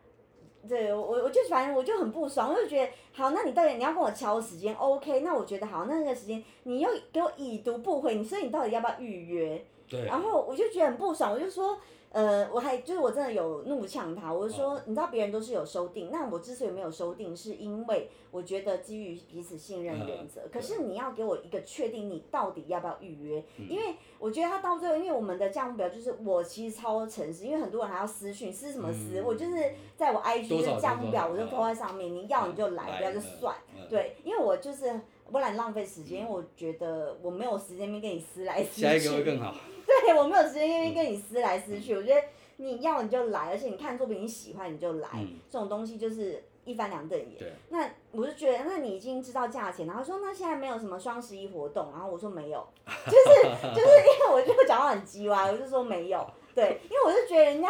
对我，我就反正我就很不爽，我就觉得好，那你到底你要跟我敲时间，OK？那我觉得好，那那个时间你又给我已读不回，你所以你到底要不要预约？对，然后我就觉得很不爽，我就说，呃，我还就是我真的有怒呛他，我就说，哦你知道别人都是有收订，那我之所以没有收订，是因为我觉得基于彼此信任原则。嗯可对是你要给我一个确定，你到底要不要预约？嗯因为我觉得他到最后，因为我们的价目表就是我其实超诚实，因为很多人还要私讯，私什么私？嗯我就是在我 IG 多就少是价目表，我多就少 po 在上面，你要你就来，不要就算。，嗯，对，因为我就是不然浪费时间，因为我觉得我没有时间跟你撕来撕去。下一个会更好， [laughs] 嗯对我没有时间愿意跟你撕来撕去，我觉得你要你就来，而且你看作品你喜欢你就来，嗯这种东西就是一翻两瞪眼。对啊，那我就觉得，那你已经知道价钱，然后他说那现在没有什么双十一活动，然后我说没 [laughs] 有，就是就是因为我就讲话很鸡歪，我就说没有，对，因为我就觉得人家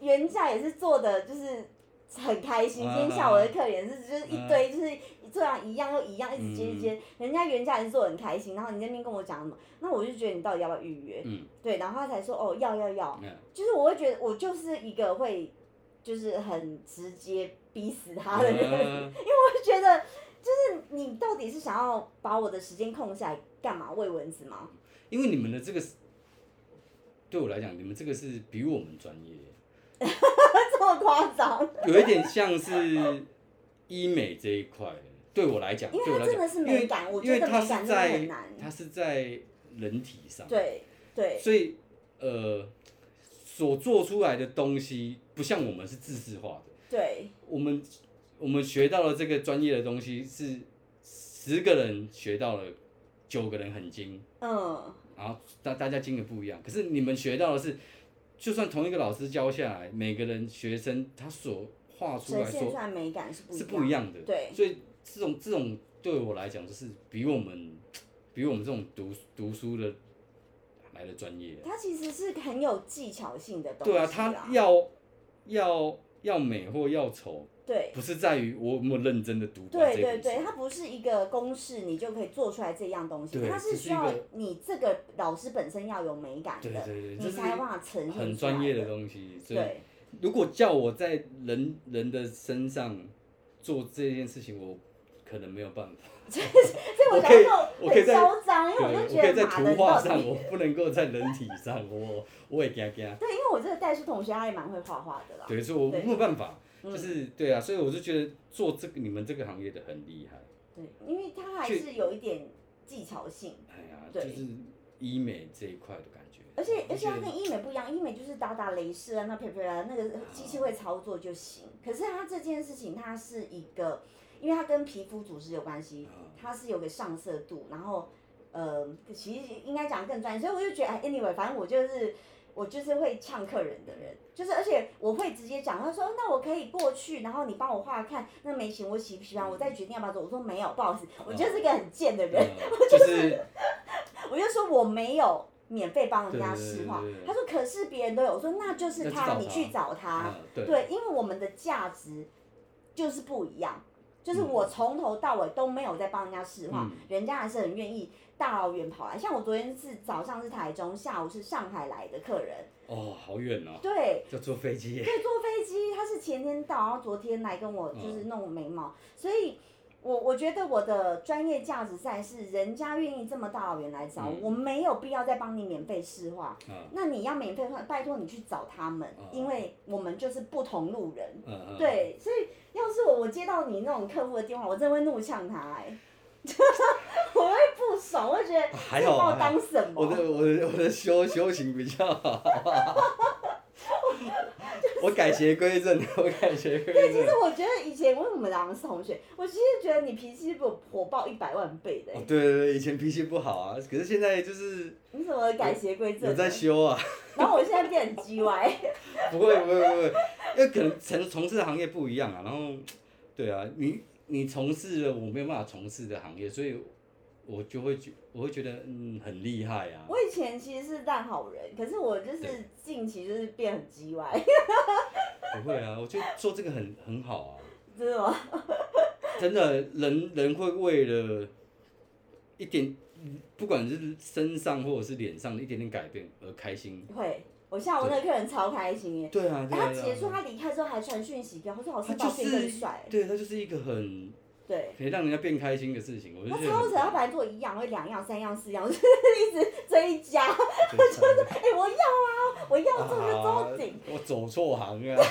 原价也是做的就是很开心，嗯今天下午的客人是就是一堆就是这样一样又一样一直接一嗯接，人家原价也是做的很开心，然后你那边跟我讲什么，那我就觉得你到底要不要预约？嗯对，然后他才说哦要要要，嗯就是我会觉得我就是一个会就是很直接逼死他的 [laughs] 人。嗯就觉得，就是你到底是想要把我的时间空下来干嘛？喂蚊子吗？ [laughs] 因为你们的这个是，对我来讲，你们这个是比我们专业，这么夸张？有一点像是医美这一块。对我来讲，因为对我它来真的讲，是因为美感，我因觉为得它美感是真的很在难。它是在人体上，对对，所以呃，所做出来的东西不像我们是自制化的，对我们我们学到了这个专业的东西是十个人学到了，九个人很精，嗯，然后大大家经的不一样。可是你们学到的是，就算同一个老师教下来，每个人学生他所画出呈来现出所来美感是不是不一样样的。对所以这种这种对我来讲，就是比我们比我们这种读读书的来的专业啊的。。它其实是很有技巧性的东西对啊，啦。他要要要美或要丑，对不是在于我有没有认真的读完对这本对书。对，它不是一个公式，你就可以做出来这样东西，对它这是需一要个你这个老师本身要有美感对的，对对，你这是才有办法呈现很出专来业的的。东西。所以对， [laughs] 如果叫我在人人的身上做这件事情，我可能没有办法。所以我我想可以就我可以很在嚣张，因对，为我我就觉可以在得马的图你到画底上，我不能够在人体上，我我也惊惊。对，因为我这个代书同学他也蛮会画画的啦。对，所以我对没有办法，嗯就是对啊，所以我就觉得做这个你们这个行业的很厉害。对，因为他还去是有一点技巧性，哎呀，就对是医美这一块的感觉。而且我而且觉它得跟医美不一样，医美就是打打镭射啊，那啪啪啊，那个机器会操作就行。可是它这件事情，它是一个，因为它跟皮肤组织有关系啊，它是有个上色度，然后呃，其实应该讲更专业，所以我就觉得，哎，anyway，反正我就是。我就是会呛客人的人，就是而且我会直接讲，他说那我可以过去，然后你帮我画看那眉形我喜不喜欢，我再决定要不要做。我说没有，不好意思，我就是一个很贱的人， [laughs] 呃就是我就说我没有免费帮人家啊对对对试画对对，对他说可是别人都有，我说那就是那他，就找他你去找他，嗯对对，因为我们的价值就是不一样，就是我从头到尾都没有在帮人家试画，嗯人家还是很愿意大老远跑来，像我昨天是早上是台中，下午是上海来的客人，哦，好远哦，对，要坐飞机耶。对，坐飞机，他是前天到，然后昨天来跟我就是嗯弄眉毛，所以我我觉得我的专业价值在是人家愿意这么大老远来找我，嗯我没有必要再帮你免费试画。嗯那你要免费画，拜托你去找他们，嗯因为我们就是不同路人。嗯嗯，对，所以要是我我接到你那种客户的电话，我真的会怒呛他、 [laughs] 哎，我会不爽，我会觉得啊还这好把我还好当什么？我的我的我的修修行比较好， [laughs] 我改邪归正， [laughs] 我改邪归对，其正实。我觉得以前为什么两个是同学，我其实觉得你脾气比我火爆一百万倍的、欸哦，对对对，以前脾气不好啊，可是现在就是你怎么改邪归有正？在修啊， [laughs] 然后我现在变很鸡歪，不会不会不会，因为可能从从事的行业不一样啊，然后对啊，你你从事了我没有办法从事的行业，所以我就会觉我会觉得嗯很厉害啊，我以前其实是烂好人，可是我就是对近期就是变很鸡歪，不会啊，我觉得做这个很很好啊。 [laughs] 真的吗？真的，人人会为了一点，不管是身上或者是脸上的一点点改变而开心。会，我下午那个客人超开心耶。对啊，对啊。哎他结束，他离开之后还传讯息给我，他说老师把他就我变更是帅，，对，他就是一个很对，可以让人家变开心的事情。我就他觉得超很扯，他棒。本来做一样，会两样、三样、四样， [laughs] 就是一直追加，就是哎、我要啊，我要做就做顶，啊我走错行 [laughs] 啊！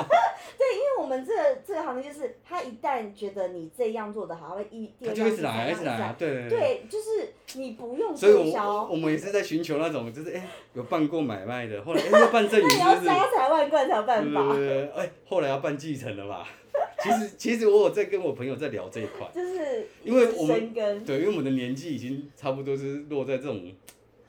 因为我们这个这个行业就是，他一旦觉得你这样做的好，他会一第他二就样一直来，一直来，。对。对，就是你不用哦所以推我销，我们也是在寻求那种，就是哎、有办过买卖的，后来哎、要办 [laughs] 赠那与你是要不是？家财万贯才有办对法，对对，哎、后来要办继承了吧？ [laughs] 其实其实我有在跟我朋友在聊这一块， [laughs] 就是因为我们生根，对，因为我们的年纪已经差不多是落在这种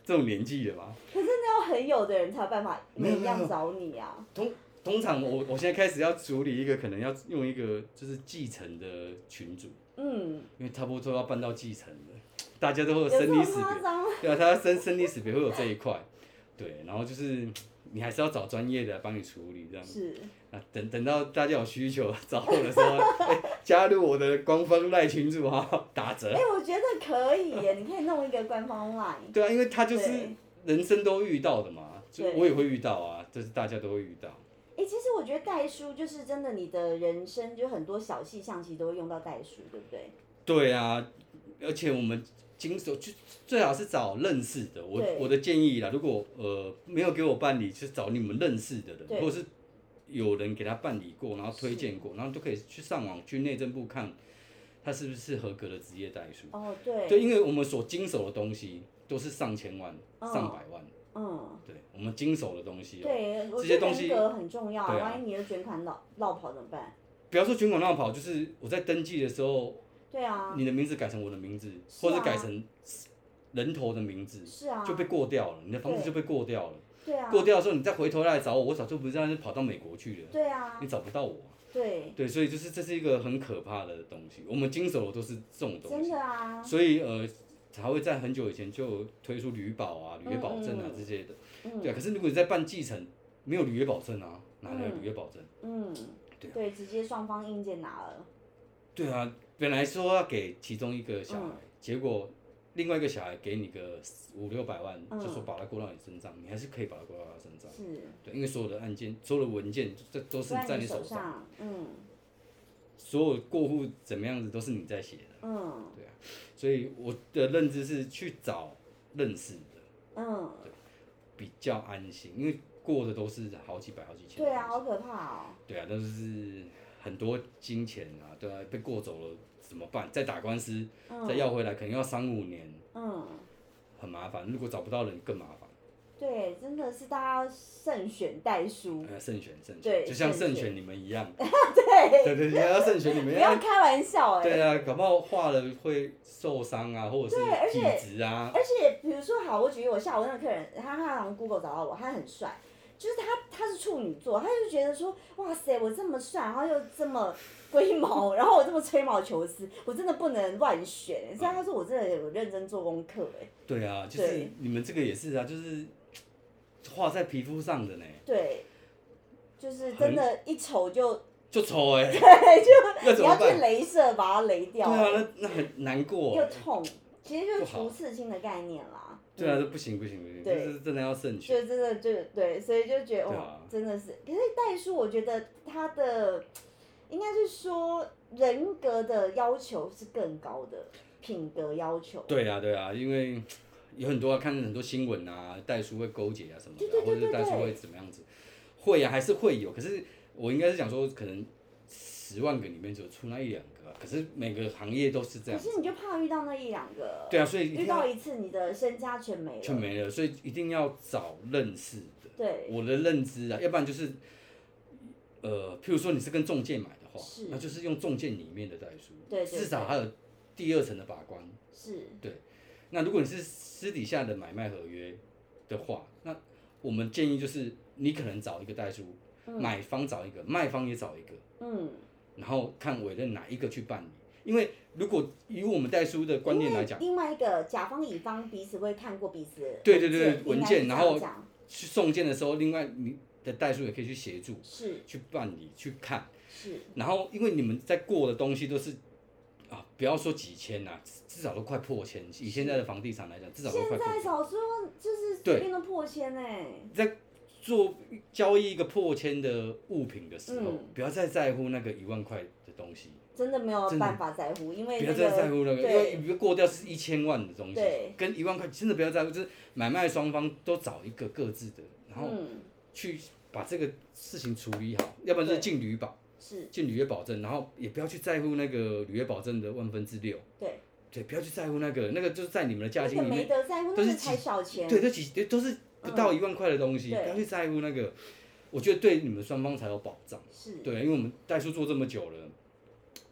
这种年纪了嘛。可是那要很有的人才有办法没有每一没样有找你啊。通通常我我现在开始要处理一个可能要用一个就是继承的群组，嗯，因为差不多要办到继承了，大家都会有有生这离么死夸别，张吗？ [laughs] 对啊，他生生离死别会有这一块，对，然后就是你还是要找专业的来帮你处理这样。是，啊，等等到大家有需求找我的 [laughs] 时候，哎加入我的官方赖群组哈，打哎、折。我觉得可以耶，你可以弄一个官方 line。对啊，因为他就是对人生都遇到的嘛，就对我也会遇到啊，就是大家都会遇到。哎、其实我觉得代书就是真的，你的人生就很多小细项其实都会用到代书，对不对？对啊，而且我们经手就最好是找认识的。我对我的建议啦，如果呃没有给我办理，就是找你们认识的对人，或者是有人给他办理过，然后推荐过，然后就可以去上网去内政部看他是不是合格的职业代书。哦，对，对，因为我们所经手的东西都是上千万、嗯上百万，嗯，对我们经手的东西、哦。对，我觉这些得东人西格很重要、对啊万一你的卷款落落跑怎么办？不要说全款乱跑，就是我在登记的时候，对啊，你的名字改成我的名字，是或啊者改成人头的名字。是啊，就被过掉了，你的房子对就被过掉了。对啊，过掉的时候，你再回头来找我，我早就不是这样跑到美国去了，对啊，你找不到我。对，对，所以就是这是一个很可怕的东西，我们经手的都是这种东真西，的啊，所以呃才会在很久以前就推出旅保啊、履约保证啊嗯嗯这些的。嗯对啊，可是如果你在办继承，没有履约保证啊，哪来的履约保证？嗯，对啊对，直接双方硬件拿了，对啊，本来说要给其中一个小孩，嗯结果另外一个小孩给你个五六百万，嗯就说把它过到你身上，你还是可以把它过到他身上。是，对，因为所有的案件、所有的文件，这都是在你你手上，上，嗯所有过户怎么样子都是你在写的，嗯所以我的认知是去找认识的嗯，比较安心，因为过的都是好几百、好几千。对啊，，好可怕哦，对啊，都是很多金钱啊，对啊，被过走了怎么办？再打官司，再嗯要回来，可能要三五年，嗯。很麻烦。如果找不到人更麻烦。对，真的是大家要慎选代书， [laughs] 呃，慎选慎嗯对选，就像慎慎选选你们一 [laughs] 样，对，对对对，要慎选你不们一样要。开玩笑哎、对啊，搞不好画了会受伤啊，或者对而是且体质啊，而且比如说，好，我举例我下午那个客人，他他好像 Google 找到我，他很帅，就是他他是处女座，他就觉得说，哇塞，我这么帅，然后又这么龟毛，然后我这么吹毛求疵，我真的不能乱选。所以他说我真的有认真做功课哎、对啊，就对是你们这个也是啊，就是画在皮肤上的呢，对，就是真的，一瞅就 [laughs] 就丑哎、对，那就怎你要么去办？镭射把它雷对掉，啊，那那很难过又。痛，其实就是不好除刺青的概念啦。对啊，这不行不行不行，嗯对就是真的要慎选。就真的就对，所以就觉得哇、哦对啊真的是。可是代书，我觉得他的应该是说人格的要求是更高的，品格要求。对啊对啊，因为有很多啊，看很多新闻啊，代书会勾结啊什么的对对啊，对或者是对代书对会怎么样子，会啊还是会有，可是我应该是想说，可能十万个里面只有出那一两个啊、可是每个行业都是这可样子。是你就怕遇到那一两个，对啊，所以一定遇要到一次你的身家全没了。就没了，所以一定要找认识的。对，我的认知啊，要不然就是，呃，譬如说你是跟中介买的话是，那就是用中介里面的代书，对对至少还有第二层的把关。是那如果你是私底下的买卖合约的话，那我们建议就是你可能找一个代书，买方找一个，卖方也找一个，嗯，然后看委任哪一个去办理。因为如果以我们代书的观念来讲，另外一个甲方乙方彼此会看过彼此的对对对文文件件应该是这样然后讲去送件的时候，另外你的代书也可以去协助。是去办理去看，是然后因为你们在过的东西都是啊，不要说几千呐、至至少都快破千。以现在的房地产来讲，至少都快现破在千。少说就是随便都破千哎、做交易一个破千的物品的时候，嗯不要再在乎那个一万块的东西，真的没有真的办法在乎，因为不那要个再在乎那个，因对为你过掉是一千万的东西对，跟一万块真的不要在乎。就是买卖双方都找一个各自的，然后嗯去把这个事情处理好，要不然就是对进旅保，是进履约保证，然后也不要去在乎那个履约保证的万分之六。对，对，不要去在乎那个，那个就是在你们的价那金个里没面，得在乎，那都是个几才小钱，嗯对，这几都是不到一万块的东西，对不要去在乎那个。我觉得对你们双方才有保障。是，对，因为我们代书做这么久了，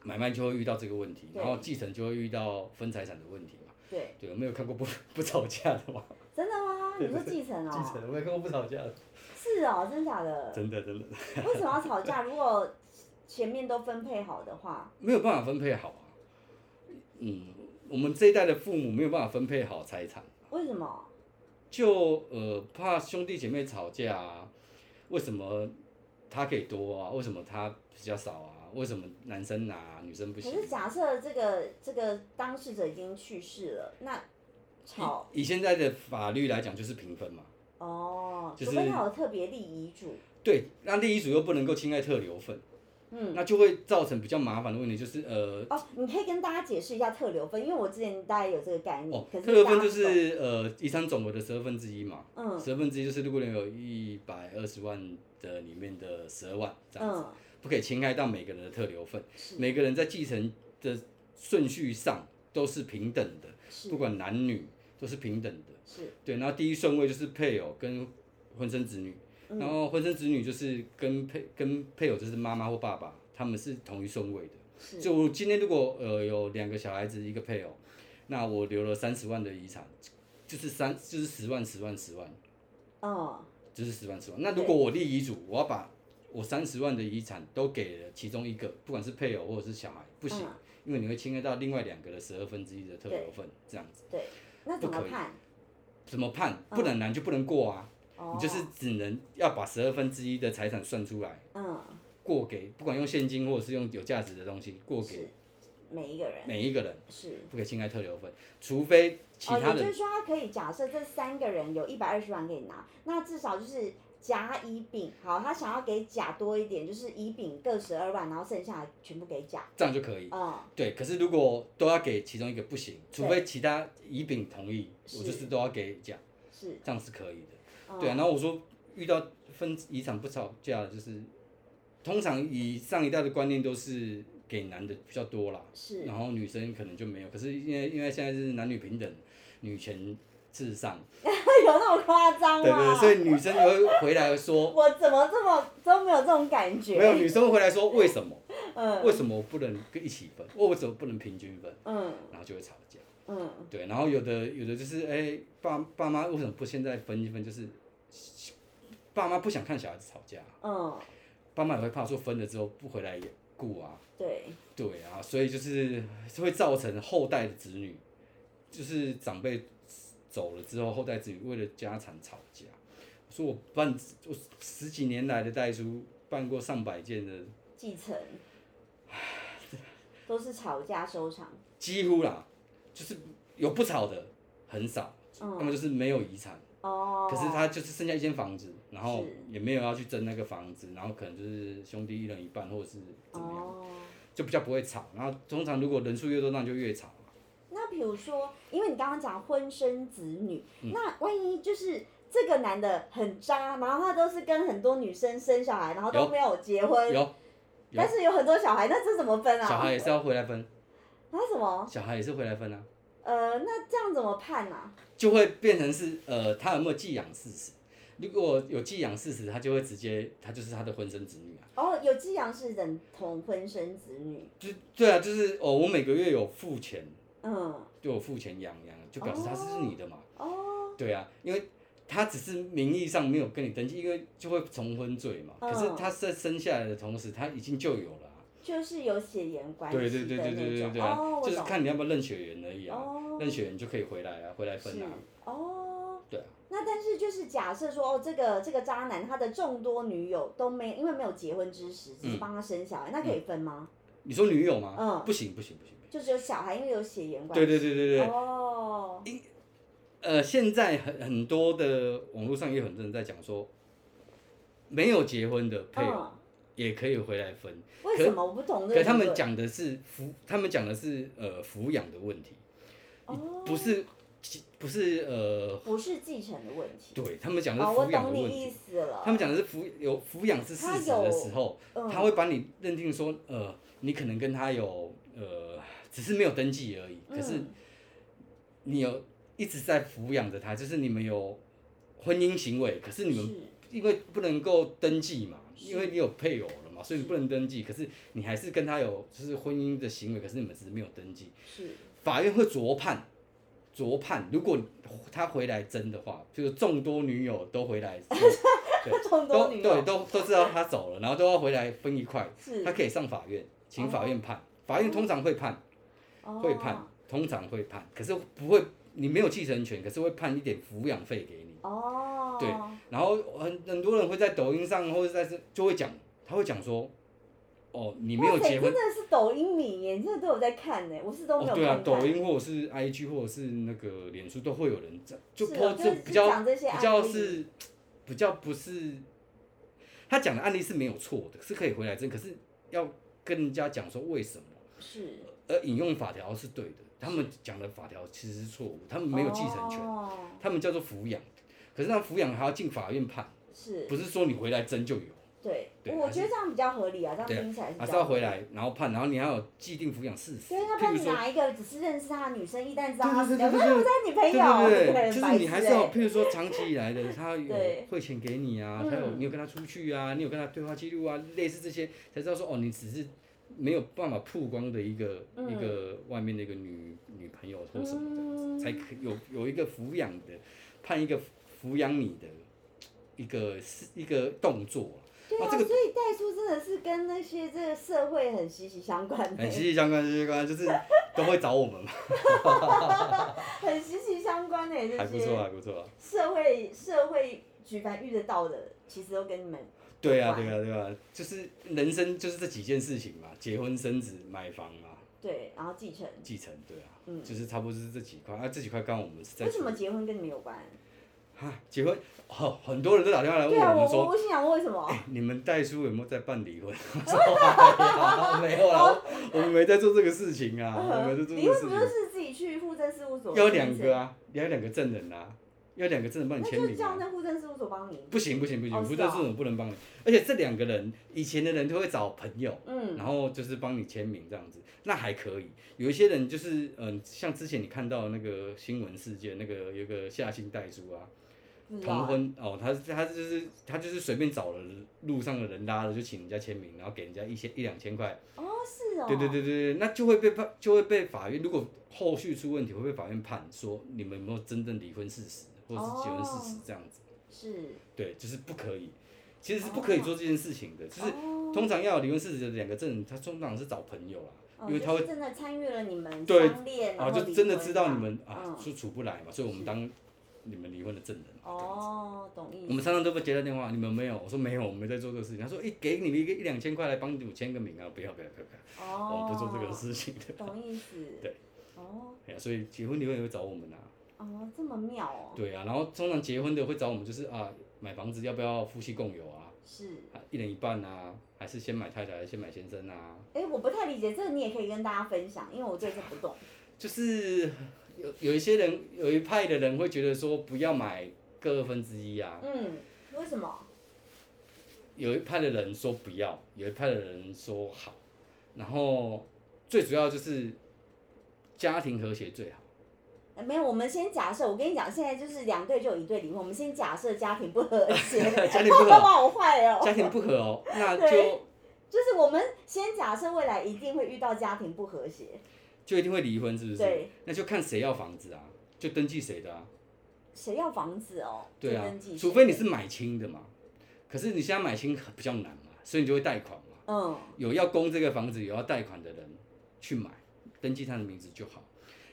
买卖就会遇到这个问题，对然后继承就会遇到分财产的问题嘛。对， [laughs] 对，我没有看过不不吵架的嘛。真的吗？你说继承哦、继承，我也看过不吵架的，是哦、真假的？ [laughs] 真的真的为什么要吵架？如果前面都分配好的话，没有办法分配好啊。嗯，我们这一代的父母没有办法分配好财产，为什么？就呃怕兄弟姐妹吵架啊，为什么他可以多啊？为什么他比较少啊？为什么男生拿、女生不可行？是假设这个这个当事者已经去世了，那吵以现在的法律来讲，就是平分嘛。哦，嗯就是除非他有特别立遗嘱，对，那另一组又不能够侵害特留份，嗯。那就会造成比较麻烦的问题，就是呃，哦，你可以跟大家解释一下特留分，因为我之前大概有这个概念，哦可，是特留大家份就不懂是呃遗产总额的十二分之一嘛，嗯十二分之一就是如果你有一百二十万的里面的十二万这样子，嗯不可以侵害到每个人的特留份，是每个人在继承的顺序上都是平等的，嗯是不管男女都是平等的。是对，然后第一顺位就是配偶跟婚生子女，嗯然后婚生子女就是跟配跟配偶就是妈妈或爸爸，他们是同一顺位的。是就今天如果呃有两个小孩子一个配偶，那我留了三十万的遗产，就是三就是十万十万十万，嗯就是十万十万。那如果我立遗嘱，我要把我三十万的遗产都给了其中一个，不管是配偶或者是小孩，不行，嗯因为你会侵害到另外两个的十二分之一的特留份，这样子对，那怎不么可以判？怎么判？嗯不能难就不能过啊。哦你，就是只能要把十二分之一的财产算出来，嗯过给不管用现金或者是用有价值的东西过给是每一个人每一个人，是不可以侵害特留分，除非其哦，他也就人、是说，他可以假设这三个人有一百二十万可以拿，那至少就是甲、乙、丙，好，他想要给甲多一点，就是乙、丙各十二万，然后剩下的全部给甲，这样就可以。嗯，对，可是如果都要给其中一个不行，除非其他乙丙同意，是我就是都要给甲，是，这样是可以的。嗯、对啊，然后我说遇到分遗产不吵架的，就是通常以上一代的观念都是给男的比较多啦，是 [laughs] 然后女生可能就没有。可是因为因为现在是男女平等，女权至上，有那么夸张吗？对对对，所以女生也会回来说，我怎么这么都没有这种感觉？没有女生会回来说为什么？嗯为什么我不能跟一起分？为什么不能平均分？嗯然后就会吵架。嗯，对，然后有的有的就是哎、爸爸妈为什么不现在分一分？就是爸妈不想看小孩子吵架，嗯，爸妈也会怕说分了之后不回来顾啊，对，对啊，所以就是会造成后代的子女，就是长辈走了之后，后代子女为了家产吵架。所以我办我十几年来的代书办过上百件的，继 [sighs] 承，都是吵架收场。几乎啦，就是有不吵的很少，要嗯么就是没有遗产，哦，可是他就是剩下一间房子，然后是也没有要去争那个房子，然后可能就是兄弟一人一半或者是怎么样，哦。就比较不会吵。然后通常如果人数越多，那就越吵。那比如说，因为你刚刚讲婚生子女，那万一就是这个男的很渣，然后他都是跟很多女生生小孩，然后都有没有结婚，有有但是有很多小孩，那这怎么分啊？哦小孩也是要回来分。那什么？小孩也是回来分啊，呃，那这样怎么判啊？就会变成是呃，他有没有寄养事实？如果有寄养事实，他就会直接，他就是他的婚生子女啊。哦，有寄养是等同婚生子女，就对啊，就是哦，我每个月有付钱，嗯，对我付钱养养，就表示他是你的嘛。哦，对啊，因为他只是名义上没有跟你登记，因为就会重婚罪嘛。嗯可是他在生下来的同时，他已经就有了啊、就是有血缘关系的对那种，对对对对对对啊、哦，我就是懂看你要不要认血缘而已啊。哦，认血缘就可以回来啊，回来分是啊。哦。对啊，那但是就是假设说，哦，这个这个渣男他的众多女友都没，因为没有结婚之实，只是帮他生小孩，那可以分吗？你说女友吗？嗯不行不行不行。就只有小孩，因为有血缘关对系。对对对对，哦，呃，现在很很多的网络上也有很多人在讲说，没有结婚的配偶嗯，也可以回来分，为什么我不懂这可个？他们，讲的是抚，他们讲的是呃抚养的问题，哦，不是不是呃，不是继承的问题。对他们讲的是哦，我抚养的懂问你意题，思了。他们讲的是抚有抚养是事实的时候，啊嗯他会把你认定说呃，你可能跟他有呃，只是没有登记而已，可是嗯你有一直在抚养着他，就是你们有婚姻行为，可是你们因为不能够登记嘛，是因为你有配偶了嘛，所以你不能登记。可是你还是跟他有就是婚姻的行为，可是你们只是没有登记。是是法院会酌判，酌判，如果他回来真的话，就是众多女友都 [laughs] 回来，都众多女对友都都知道他走了，然后都要回来分一块，是哦他可以上法院，请法院判，法院通常会判，会判，通常会判，可是不会，你没有继承权，可是会判一点抚养费给你。哦，对然后很很多人会在抖音上或者在这就会讲，他会讲说，哦，你没有哇塞结婚真，的是抖音迷耶，你真的都有在看呢，我是都没哦，有对啊看，抖看音或者是 IG 或者是那个脸书都会有人在就是 po 哦就这是比较讲这些比较案例是比较不是，他讲的案例是没有错的，是可以回来争，可是要跟人家讲说为什么，是而引用法条是对的，他们讲的法条其实是错误，他们没有继承权，哦他们叫做抚养，可是那抚养还要进法院判，是，不是说你回来争就有。对，对我还觉得这样比较合理啊，这样对啊听起来是比还是较要合回理。来，然后判，然后你要有既定抚养事实，对，要不譬然如你说，哪一个只是认识他的女生，一旦知道对他死对对掉，对我对在你朋 [laughs] 对友，啊对这个对，人就是白你还痴是要，欸譬如说长期以来的，他有对汇钱给你啊，他有嗯你有跟他出去啊，你有跟他对话记录啊，类似这些，才知道说哦，你只是没有办法曝光的一个嗯一个外面的一个女女朋友或什么的，嗯，才可有有一个抚养的，判一个抚养你的一个是一个动作啊，对啊，这个所以代书真的是跟那些这个社会很息息相关欸的，很息息哎相关，息息相关，就是都会找我们嘛， [laughs] 很息息相关的还这不错，些还不错啊。社会社会举凡遇得到的，其实都跟你们对有啊，关对啊，对啊，就是人生就是这几件事情嘛，结婚、生子、买房嘛，对，然后继承。继承，对啊，嗯就是差不多是这几块啊，这几块刚好我们是在为什么结婚跟你们有关？啊，结婚，哦，很多人都打电话来问对啊，我我们说，哎我我心想问为什么？你们代书有没有在办离婚？ [laughs] 我说哎呀没有啦，我们没在做这个事情啊，我们没在做嗯你这个为事什么情，就是自己去户政事务所？要有两个啊，要有两个证人啊，要有两个证人帮那你签就名、叫啊。那户政事务所帮你。不行不行不哦行，是不在哦这种不能帮你，而且这两个人以前的人都会找朋友，嗯，然后就是帮你签名这样子，那还可以。有一些人就是，嗯、像之前你看到那个新闻事件，那个有个夏姓代书啊，不知道同啊。婚哦，他他就是他就是随便找了路上的人拉了，就请人家签名，然后给人家一千一两千块，哦，是哦。对对对对对，那就会被判，就会被法院，如果后续出问题，会被法院判说你们有没有真正离婚事实，或者是结婚事哦实这样子，是。对，就是不可以，其实是不可以做这件事情的，就是哦通常要有离婚事实的两个证人，他通常是找朋友啦，哦因为他会就是真的参与了你们对商恋，啊然后就离真的婚知道嘛你们啊嗯是处不来嘛，所以我们是当你们离婚的证人嘛。这样子哦，懂意思。我们常常都会接到电话，你们没有？我说没有，我们没在做这个事情。他说，一给你们一个一两千块来帮你们签个名啊，不要不要不要，不要，哦我，们不做这个事情的。懂意思。对。哦哎呀，所以结婚离婚也会找我们啊，哦，这么妙哦。对啊，然后通常结婚的会找我们，就是啊，买房子要不要夫妻共有啊，是。啊一人一半啊，还是先买太太，还是先买先生啊？哎，我不太理解，这个你也可以跟大家分享，因为我对这不懂。就是有有一些人，有一派的人会觉得说不要买各分之一啊，嗯，为什么？有一派的人说不要，有一派的人说好，然后最主要就是家庭和谐最好。呃没有，我们先假设，我跟你讲，现在就是两对就有一对离婚，我们先假设家庭不和谐， [laughs] 家庭不 [laughs] 和爸爸我坏哦。家庭不和 [laughs] 哦，那对就就是我们先假设未来一定会遇到家庭不和谐，就一定会离婚，是不是？对，那就看谁要房子啊，就登记谁的啊。谁要房子哦？对就啊登记，除谁非你是买清的嘛，可是你现在买清比较难嘛，所以你就会贷款嘛。嗯有要供这个房子、有要贷款的人去买，登记他的名字就好。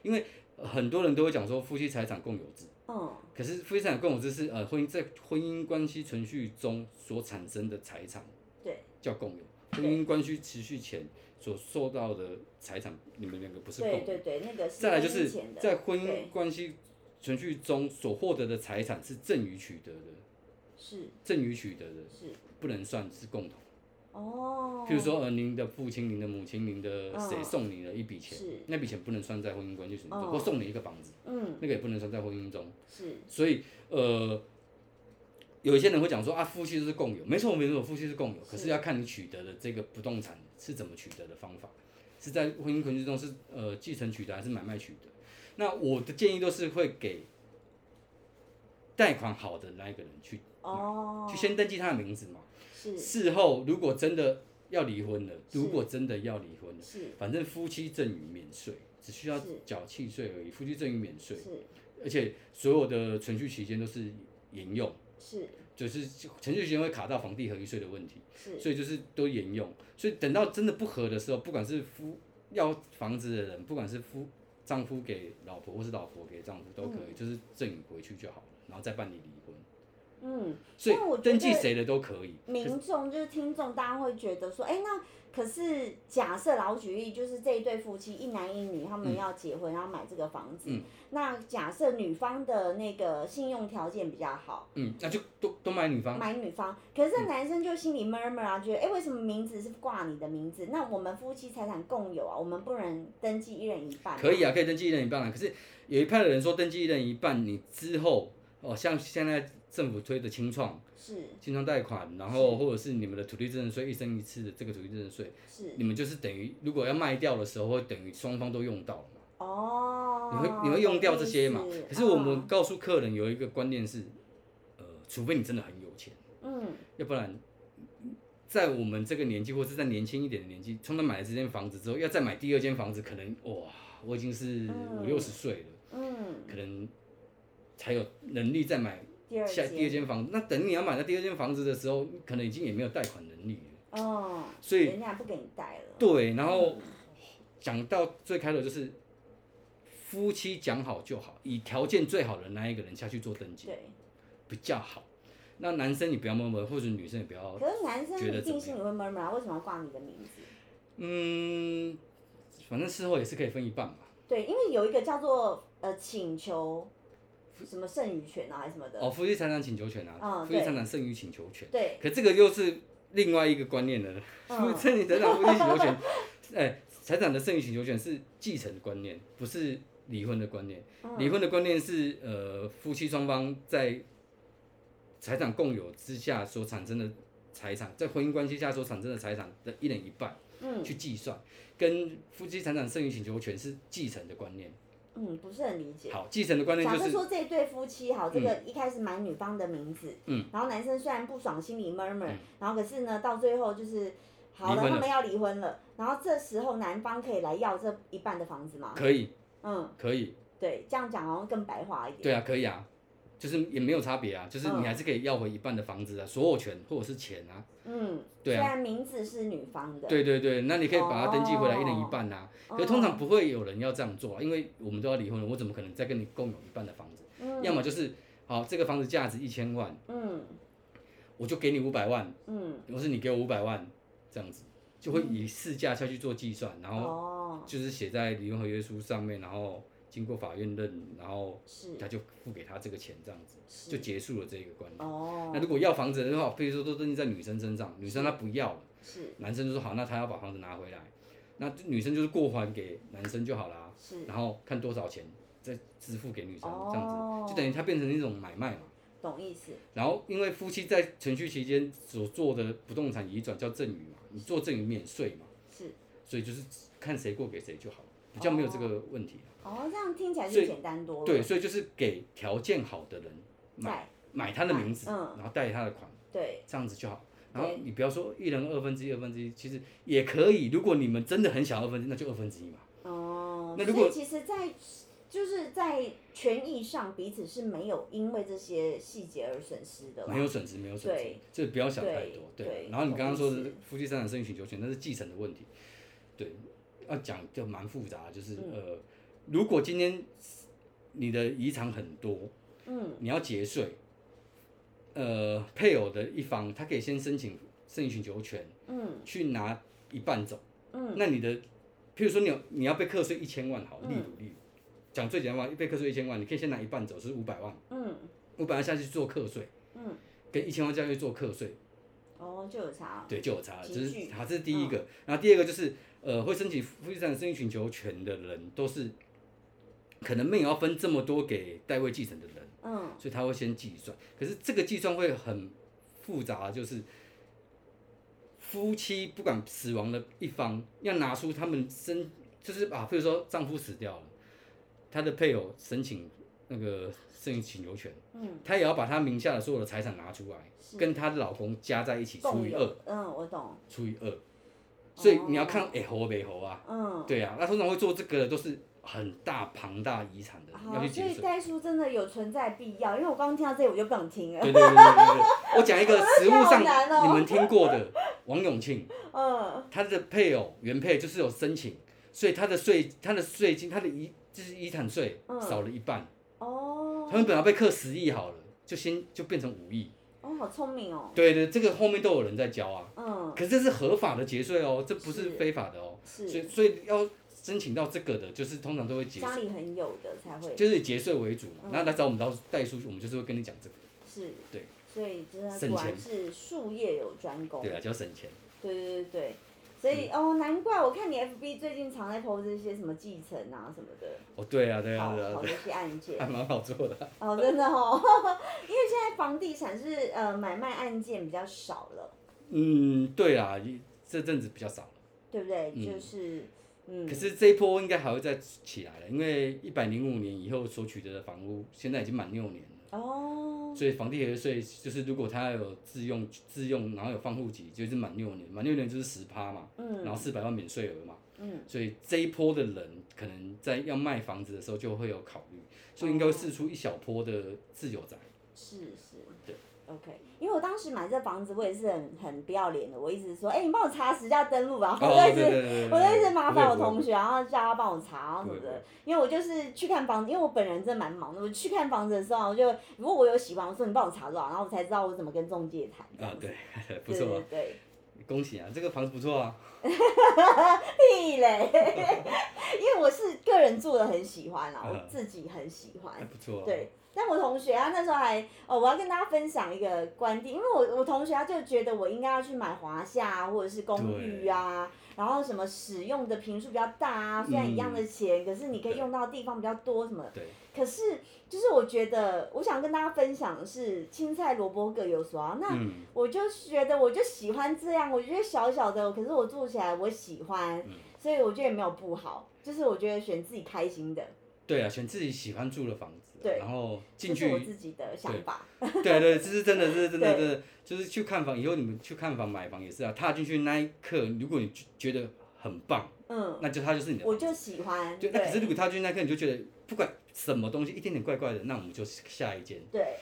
因为呃很多人都会讲说夫妻财产共有制，嗯可是夫妻财产共有制是呃婚姻在婚姻关系存续中所产生的财产，对，叫共有。对婚姻关系持续前所受到的财产，你们两个不是共对有。对对，那个是再来就婚姻是前的在婚对姻关系存续中所获得的财产是赠与取得的，是赠与取得的是不能算是共同。哦，譬如说，呃，您的父亲、您的母亲、您的谁嗯送你了一笔钱是，那笔钱不能算在婚姻关系存续哦中，或送你一个房子，嗯那个也不能算在婚姻中。是所以，呃，有一些人会讲说啊，夫妻就是共有，没错没错，夫妻是共有，可是是要看你取得的这个不动产是怎么取得的方法，是在婚姻关系中是呃继承取得还是买卖取得？那我的建议都是会给贷款好的那一个人去哦去先登记他的名字嘛， [laughs] 是事后如果真的要离婚了，是如果真的要离婚了，是反正夫妻赠与免税，只需要是缴契税而已，夫妻赠与免税，是而且所有的存续期间都是沿用，是就是存续期间会卡到房地合一税的问题，是所以就是都沿用，所以等到真的不合的时候，不管是夫要房子的人，不管是夫丈夫给老婆，或是老婆给丈夫都可以，就是赠与回去就好了，然后再办理离婚，嗯，所那我以觉登记得谁的都可以。民众就是听众，大家会觉得说，哎、那可是假设老举例，就是这一对夫妻一男一女，他们要结婚，然后买这个房子，嗯那假设女方的那个信用条件比较好。嗯，那就都都买女方。买女方，可是嗯这男生就心里闷闷啊，觉得哎、诶为什么名字是挂你的名字？那我们夫妻财产共有啊，我们不能登记一人一半吗。可以啊，可以登记一人一半啊。可是有一派的人说登记一人一半，你之后哦，像现在政府推的清创、是清创贷款，然后或者是你们的土地增值税一生一次的这个土地增值税，是你们就是等于如果要卖掉的时候，会等于双方都用到了嘛。哦，你会你会用掉这些嘛懂意思？可是我啊们告诉客人有一个观念是，呃，除非你真的很有钱，嗯要不然。在我们这个年纪，或是在年轻一点的年纪，从他买了这间房子之后，要再买第二间房子，可能哇，我已经是五六十岁了，嗯，可能才有能力再买第二下第间，二间房子。那等你要买到第二间房子的时候，你可能已经也没有贷款能力了。哦，所以人家不给你带了，对，然后讲到最开头就是夫妻讲好就好，以条件最好的那一个人下去做登记对，比较好。那男生你不要摸摸，或者女生也不要，可是男生哦觉得一怎么定心里会闷闷啊，为什么要挂你的名字？嗯，反正事后也是可以分一半嘛。对，因为有一个叫做呃请求什么剩余权啊，还是什么的，哦，夫妻财产请求权啊，嗯夫妻对财产剩余请求权。对，可这个又是另外一个观念了。夫 [laughs] 嗯剩余财产夫妻请求权， [laughs] 哎，财产的剩余请求权是继承的观念，不是离婚的观念。嗯离婚的观念是呃夫妻双方在财产共有之下所产生的财产，在婚姻关系下所产生的财产的一人一半嗯去计算，跟夫妻财产剩余请求权是继承的观念。嗯，不是很理解。好，继承的观念假设就是说这对夫妻好，这个一开始买女方的名字，嗯，然后男生虽然不爽，心里闷闷嗯，然后可是呢，到最后就是好离了，婚他了们要离婚了，然后这时候男方可以来要这一半的房子吗？可以，嗯，可以，对，这样讲好像更白话一点。对啊，可以啊，就是也没有差别啊，就是嗯你还是可以要回一半的房子啊，所有权或者是钱啊。嗯，对啊虽然名字是女方的，对对对，那你可以把它登记回来，哦一人一半呐、哦，啊可是通常不会有人要这样做啊，因为我们都要离婚了，我怎么可能再跟你共有一半的房子？嗯要么就是，好，这个房子价值一千万，嗯我就给你五百万，嗯，或是你给我五百万，这样子就会以市价下去做计算，然后哦，就是写在离婚合约书上面，然后经过法院认，然后是他就付给他这个钱，这样子是就结束了这个关系。哦那，如果要房子的话，比如说都登记在女生身上，女生她不要了，是男生就说好，那他要把房子拿回来，那就女生就是过还给男生就好啦，是然后看多少钱再支付给女生，这样哦子就等于它变成一种买卖嘛。懂意思，然后因为夫妻在存续期间所做的不动产移转叫赠与嘛，你做赠与免税嘛，是所以就是看谁过给谁就好了，比较没有这个问题。哦，这样听起来所就以简单多了。对，，所以就是给条件好的人在买他的名字，买嗯然后贷他的款，对这样子就好。对然后你不要说一人二分之一、二分之一，其实也可以。如果你们真的很想要二分之一，那就二分之一嘛。哦，那如所果以其实在，就是在权益上彼此是没有因为这些细节而损失的啦。没有损失，没有损失对，这不要想太对多。对然后你刚刚说懂的意夫妻财产剩余请求权，那是继承的问题。对，要讲就蛮复杂，就是、嗯呃，如果今天你的遗产很多，嗯，你要节税，呃，配偶的一方他可以先申请剩余请求权，嗯去拿一半走。嗯，那你的，譬如说你有你要被课税一千万，好，嗯例如例如，讲最简单嘛，被课税一千万，你可以先拿一半走，是五百万，嗯五百万下去做课税，嗯，跟一千万下去做课税。哦，就有差了。对，就有差了，集这是聚好，这是第一嗯个。然后第二个就是，呃，会申请夫妻财产剩余请求权的人，都是可能没有要分这么多给代位继承的人，嗯，所以他会先计算。可是这个计算会很复杂，就是夫妻不管死亡的一方，要拿出他们申，就是啊，比如说丈夫死掉了，他的配偶申请那个剩余请求权，嗯，他也要把他名下的所有的财产拿出来，是跟她的老公加在一起除共以有二。。嗯，我懂。除以二，所以你要看哎猴没猴啊，嗯，对啊，那通常会做这个的都是很大庞大遗产的要好，去哦所解以释。代书真的有存在必要，因为我刚刚听到这里我就不想听了。对对对对对 [laughs] 对，我讲一个实物啊好难哦上你们听过的王永庆，嗯，他的配偶原配就是有申请，所以他的税他的税金他的遗就是遗产税嗯少了一半，哦他，们本来被课十亿好了，就先就变成五亿。哦，好聪明哦，对对，这个后面都有人在教啊，嗯，可是这是合法的节税哦，这不是是非法的哦，所以是所以要申请到这个的，就是通常都会节家里很有的才会就是以节税为主嘛嗯，然后来找我们到代书，我们就是会跟你讲这个，是，对，所以真的省果然钱是术业有专攻，对啊，嗯叫省钱。对对对对，所以、哦，难怪我看你 FB 最近常在 PO 这些什么继承啊什么的，哦，对啊，对啊，好对啊好，这些案件 [laughs] 还，蛮好做的。哦，真的哦， [laughs] 因为现在房地产是呃买卖案件比较少了，嗯，对啊，一这阵子比较少了，对不对？嗯就是嗯，可是这一波应该还会再起来了，因为一百零五年以后所取得的房屋，现在已经满六年了。哦，所以房地合税就是，如果他有自用自用，然后有放户籍，就是满六年，满六年就是十趴嘛，然嗯后四百万免税额嘛，嗯，所以这一波的人可能在要卖房子的时候就会有考虑，所以应该会试出一小波的自有宅。是是，对，OK，因为我当时买这房子，我也是很很不要脸的，我一直说，哎、你帮我查实价登录吧，啊我哦就一对直。对对对对我就一直麻烦我不会不会同学，然后叫他帮我查然后什么不会不的，因为我就是去看房子，因为我本人真的蛮忙的。我去看房子的时候，我就如果我有喜欢，我说你帮我查多少，然后我才知道我怎么跟中介谈。这样啊，子，对， [laughs] 不对错对啊，对，恭喜啊，这个房子不错啊。屁嘞！ [laughs] 因为我是个人住的很喜欢啦，嗯我自己很喜还欢。不错、啊。对，但我同学啊，那时候还哦，我要跟大家分享一个观点，因为我我同学他就觉得我应该要去买华夏啊或者是公寓啊，然后什么使用的频数比较大啊，虽然一样的钱，可是你可以对用到的地方比较多什么。对，可是就是我觉得，我想跟大家分享的是青菜萝卜各有所好。那嗯，我就觉得我就喜欢这样，我觉得小小的，可是我做起来我喜欢，嗯所以我觉得也没有不好，就是我觉得选自己开心的，对啊，选自己喜欢住的房子，啊对然后进这去是，我自己的想法。 [laughs] 对对，这是真的，这是真的，对真的，就是去看房，以后你们去看房、买房也是啊，踏进去那一刻，如果你觉觉得很棒，嗯，那就它就是你的我房子。就喜欢。对，对那可是如果踏进去那一刻，你就觉得不管什么东西一点点怪怪的，那我们就下一间。对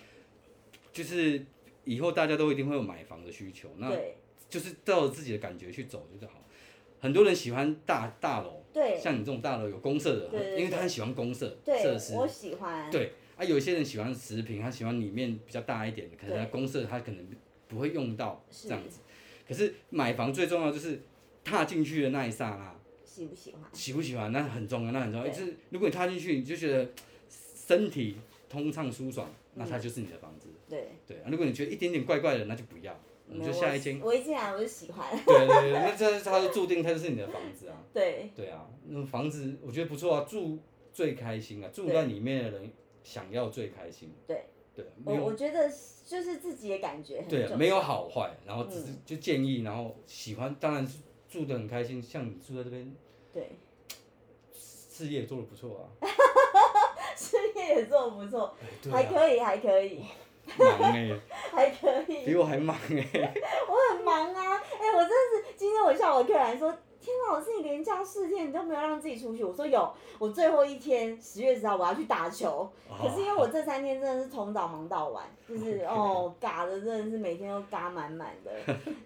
就是以后大家都一定会有买房的需求，那对就是照着自己的感觉去走就是好。很多人喜欢大大楼，对像你这种大楼有公社对对的，对因为他很喜欢公社设对，施。我喜欢。对啊，有些人喜欢食品，他喜欢里面比较大一点的，可能对他公社他可能不会用到是这样子。可是买房最重要就是踏进去的那一刹那，喜不喜欢？喜不喜欢那很重要，那很重要。嗯对就是如果你踏进去，你就觉得身体通畅舒爽，那它就是你的房子。对，对啊，如果你觉得一点点怪怪的，那就不要，我没们就有下一我间。我一进来我就喜欢。对对对，那这它就注定它就是你的房子啊。对对啊，那房子我觉得不错啊，住最开心啊，住在里面的人想要最开心。对，对啊，没我有我觉得就是自己的感觉很对啊，重没有要。嗯好坏，然后只是就建议，然后喜欢，当然是住的很开心。像你住在这边，对， [laughs] 事业也做的不错啊，事业也做得不错，哎对还啊，可以，还可以， [laughs] 忙哎、还可 [laughs] 以。比我还忙哎、我很忙啊，哎、我真的是今天我下午客人还说，天哪，老师你连假四天你都没有让自己出去，我说有，我最后一天十月十号我要去打球， [laughs] 哦可是因为我这三天真的是从早忙到晚，就是哦嘎的真的是每天都嘎满满的，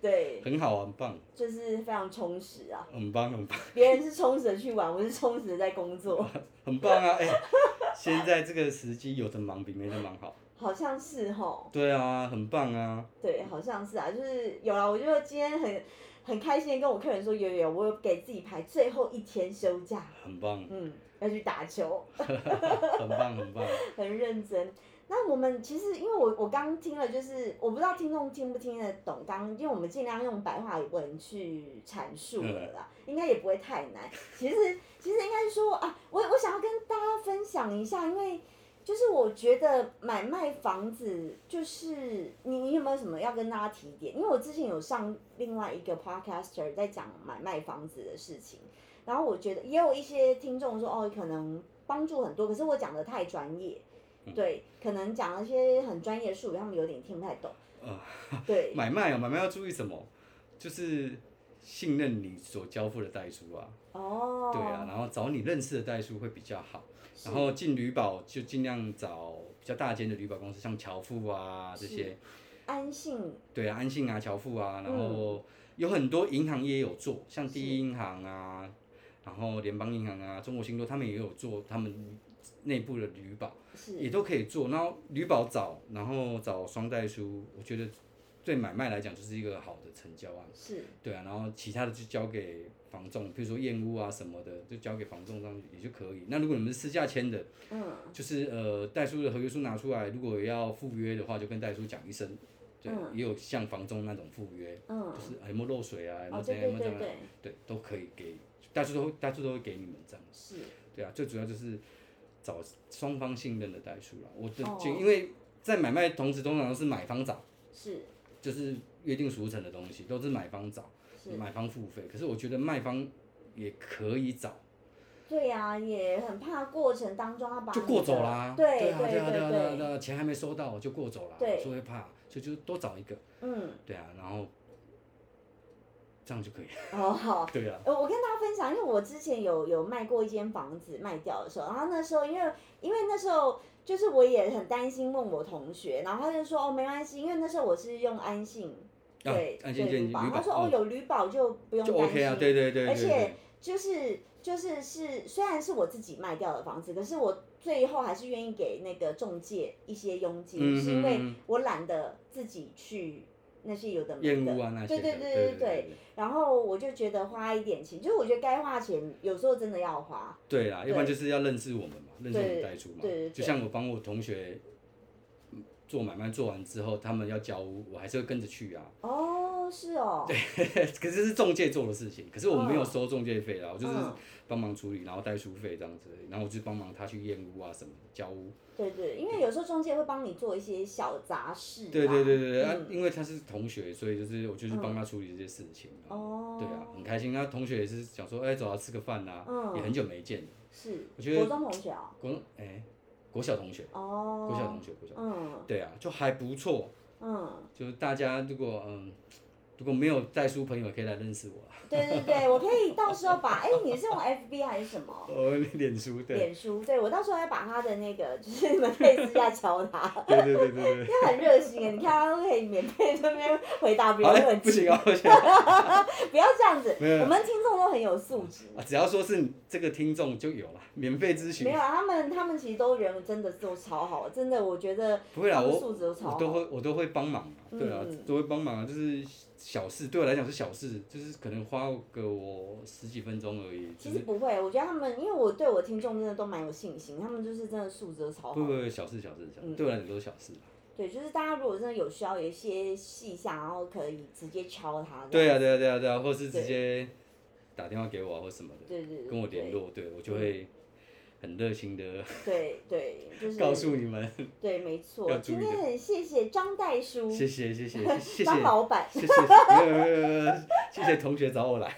对，很好啊，很棒，就是非常充实啊，很棒，很棒，别人是充实的去玩，我是充实的在工作，很棒啊！哎、 [laughs] 现在这个时机，有的忙比没的忙好。好像是吼，对啊，很棒啊，对，好像是啊，就是有了，我就今天很。很开心地跟我客人说，有有有，我有给自己排最后一天休假，很棒，嗯，要去打球，很棒，很棒。很认真。那我们其实，因为我我刚听了，就是我不知道听众听不听得懂，刚因为我们尽量用白话文去阐述了啦，应该也不会太难。其实其实应该是说啊，我我想要跟大家分享一下，因为就是我觉得买卖房子，就是你你有没有什么要跟大家提点？因为我之前有上另外一个 podcaster 在讲买卖房子的事情，然后我觉得也有一些听众说哦，可能帮助很多，可是我讲的太专业。嗯对，可能讲了一些很专业的术语，他们有点听不太懂。呃， [laughs] 对，买卖啊，买卖要注意什么？就是信任你所交付的代书啊，哦，对啊，，然后找你认识的代书会比较好。是然后进旅保就尽量找比较大间的旅保公司，像侨富啊这些，安信对啊，安信啊、侨富啊，然嗯后有很多银行也有做，像第一银行啊，然后联邦银行啊、中国信托他们也有做他们内部的旅保，是也都可以做。然后旅保找，然后找双代书，我觉得对买卖来讲就是一个好的成交案。是对啊，然后其他的就交给房仲，比如说验屋啊什么的，就交给房仲这样也就可以。那如果你们是私下签的，嗯就是呃，代书的合约书拿出来，如果要赴约的话，就跟代书讲一声。对，也有像房仲那种赴约，嗯就，是哎有没有漏水啊，有哦没有怎对样，对有没有怎对样，对对，都可以给代书都会代书都会给你们这样。是对啊，最主要就是找双方信任的代书啦。我的哦就因为在买卖同时通常是买方找，是就是约定俗成的东西，都是买方找，是，买方付费。可是我觉得卖方也可以找，对啊，也很怕过程当中他把就你过的走啦。对对啊，对对啊，对啊，对啊，对对啊，钱还没收到我就过走啦，对所以会怕，所以就多找一个，嗯，对啊，然后这样就可以了，哦好，对啊，呃，我跟大家分享，因为我之前有有卖过一间房子卖掉的时候，然后那时候因为因为那时候就是我也很担心，问我同学，然后他就说哦没关系，因为那时候我是用安信。对，啊安对心建旅议，保，旅他保说哦，嗯有旅保就不用就担 OK 心。啊，对对对，而对且对就是就是是，虽然是我自己卖掉的房子，可是我最后还是愿意给那个中介一些佣金，嗯是因为嗯我懒得自己去那些有的没厌的。恶啊那些对的，对对对对对然后我就觉得花一点钱，就是我觉得该花钱，有时候真的要花。对啦，要不然对就是要认识我们嘛，认识我对们代出嘛。对对对就像我帮我同学嗯做买卖做完之后，他们要交屋，我还是会跟 [laughs] 着去啊。哦，是哦，对，可是是中介做的事情，可是我没有嗯收中介费啦，我就是嗯帮忙处理，然后代书费这样子而已，然后我就帮忙他去验屋啊什么的交屋。对对，因为有时候中介会帮你做一些小杂事啊。对对对对对，啊嗯，因为他是同学，所以就是我就去帮他处理这些事情啊。哦，对啊，很开心。那同学也是想说，哎、走啊，吃个饭啊，嗯也很久没见了。是我觉得国中同学哦，国哎、国小同学，哦，国小同学，国小，嗯对啊，就还不错。嗯，就是大家如果嗯，如果没有带书朋友，可以来认识我啊。对对对，我可以到时候把，哎，你是用 FB 还是什么？哦， [laughs] 脸书对，脸书，对我到时候要把他的那个，就是你们可以私下敲他，对对对 [laughs] 对因为很热心啊，你看他都可以免费在那边回答对。别好人嘞，问不题，行啊，不行不要这样子，没有我们听众都很有素质。啊！只要说是你这个听众就有了，免费咨询没有，啊，他们他们其实都人真的都超好，真的，我觉得不会啦，他们我素质都超我好。都会我都会帮忙啊，对啊嗯，都会帮忙啊，就是小事，对我来讲是小事，就是可能花个我十几分钟而已，就其实是不会，我觉得他们，因为我对我听众真的都蛮有信心，他们就是真的素质都超不好。不不，小事小事小事，嗯对我来讲都是小事啊。对，就是大家如果真的有需要有一些细项，然后可以直接敲他。对啊对啊对啊对啊，或是直接打电话给我啊或什么的，对对对，跟我联络，对我就会很热心的对。对 [laughs] 对，就是告诉你们，对，没错。要注意今的天很谢谢张代叔，谢 [laughs] 谢谢谢谢谢谢张老板，谢谢，没有没有没有没有谢谢同学找我 [laughs] 来，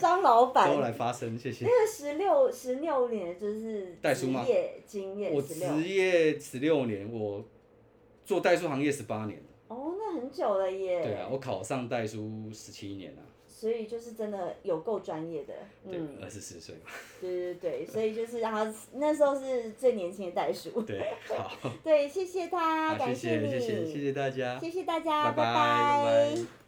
张老找我板，来发声，谢谢那。个十六十六年就是代职书吗业经验我十职六，业十六年，我做代书行业十八年，哦，那很久了耶。对啊，我考上代书十七年啊，所以就是真的有够专业的，对嗯，，二十四岁嘛，对对对，所以就是他那时候是最年轻的袋 [laughs] 鼠，对，好，对，谢谢他，好，谢感谢你，谢谢谢谢大家，啊谢谢大家，拜拜。拜拜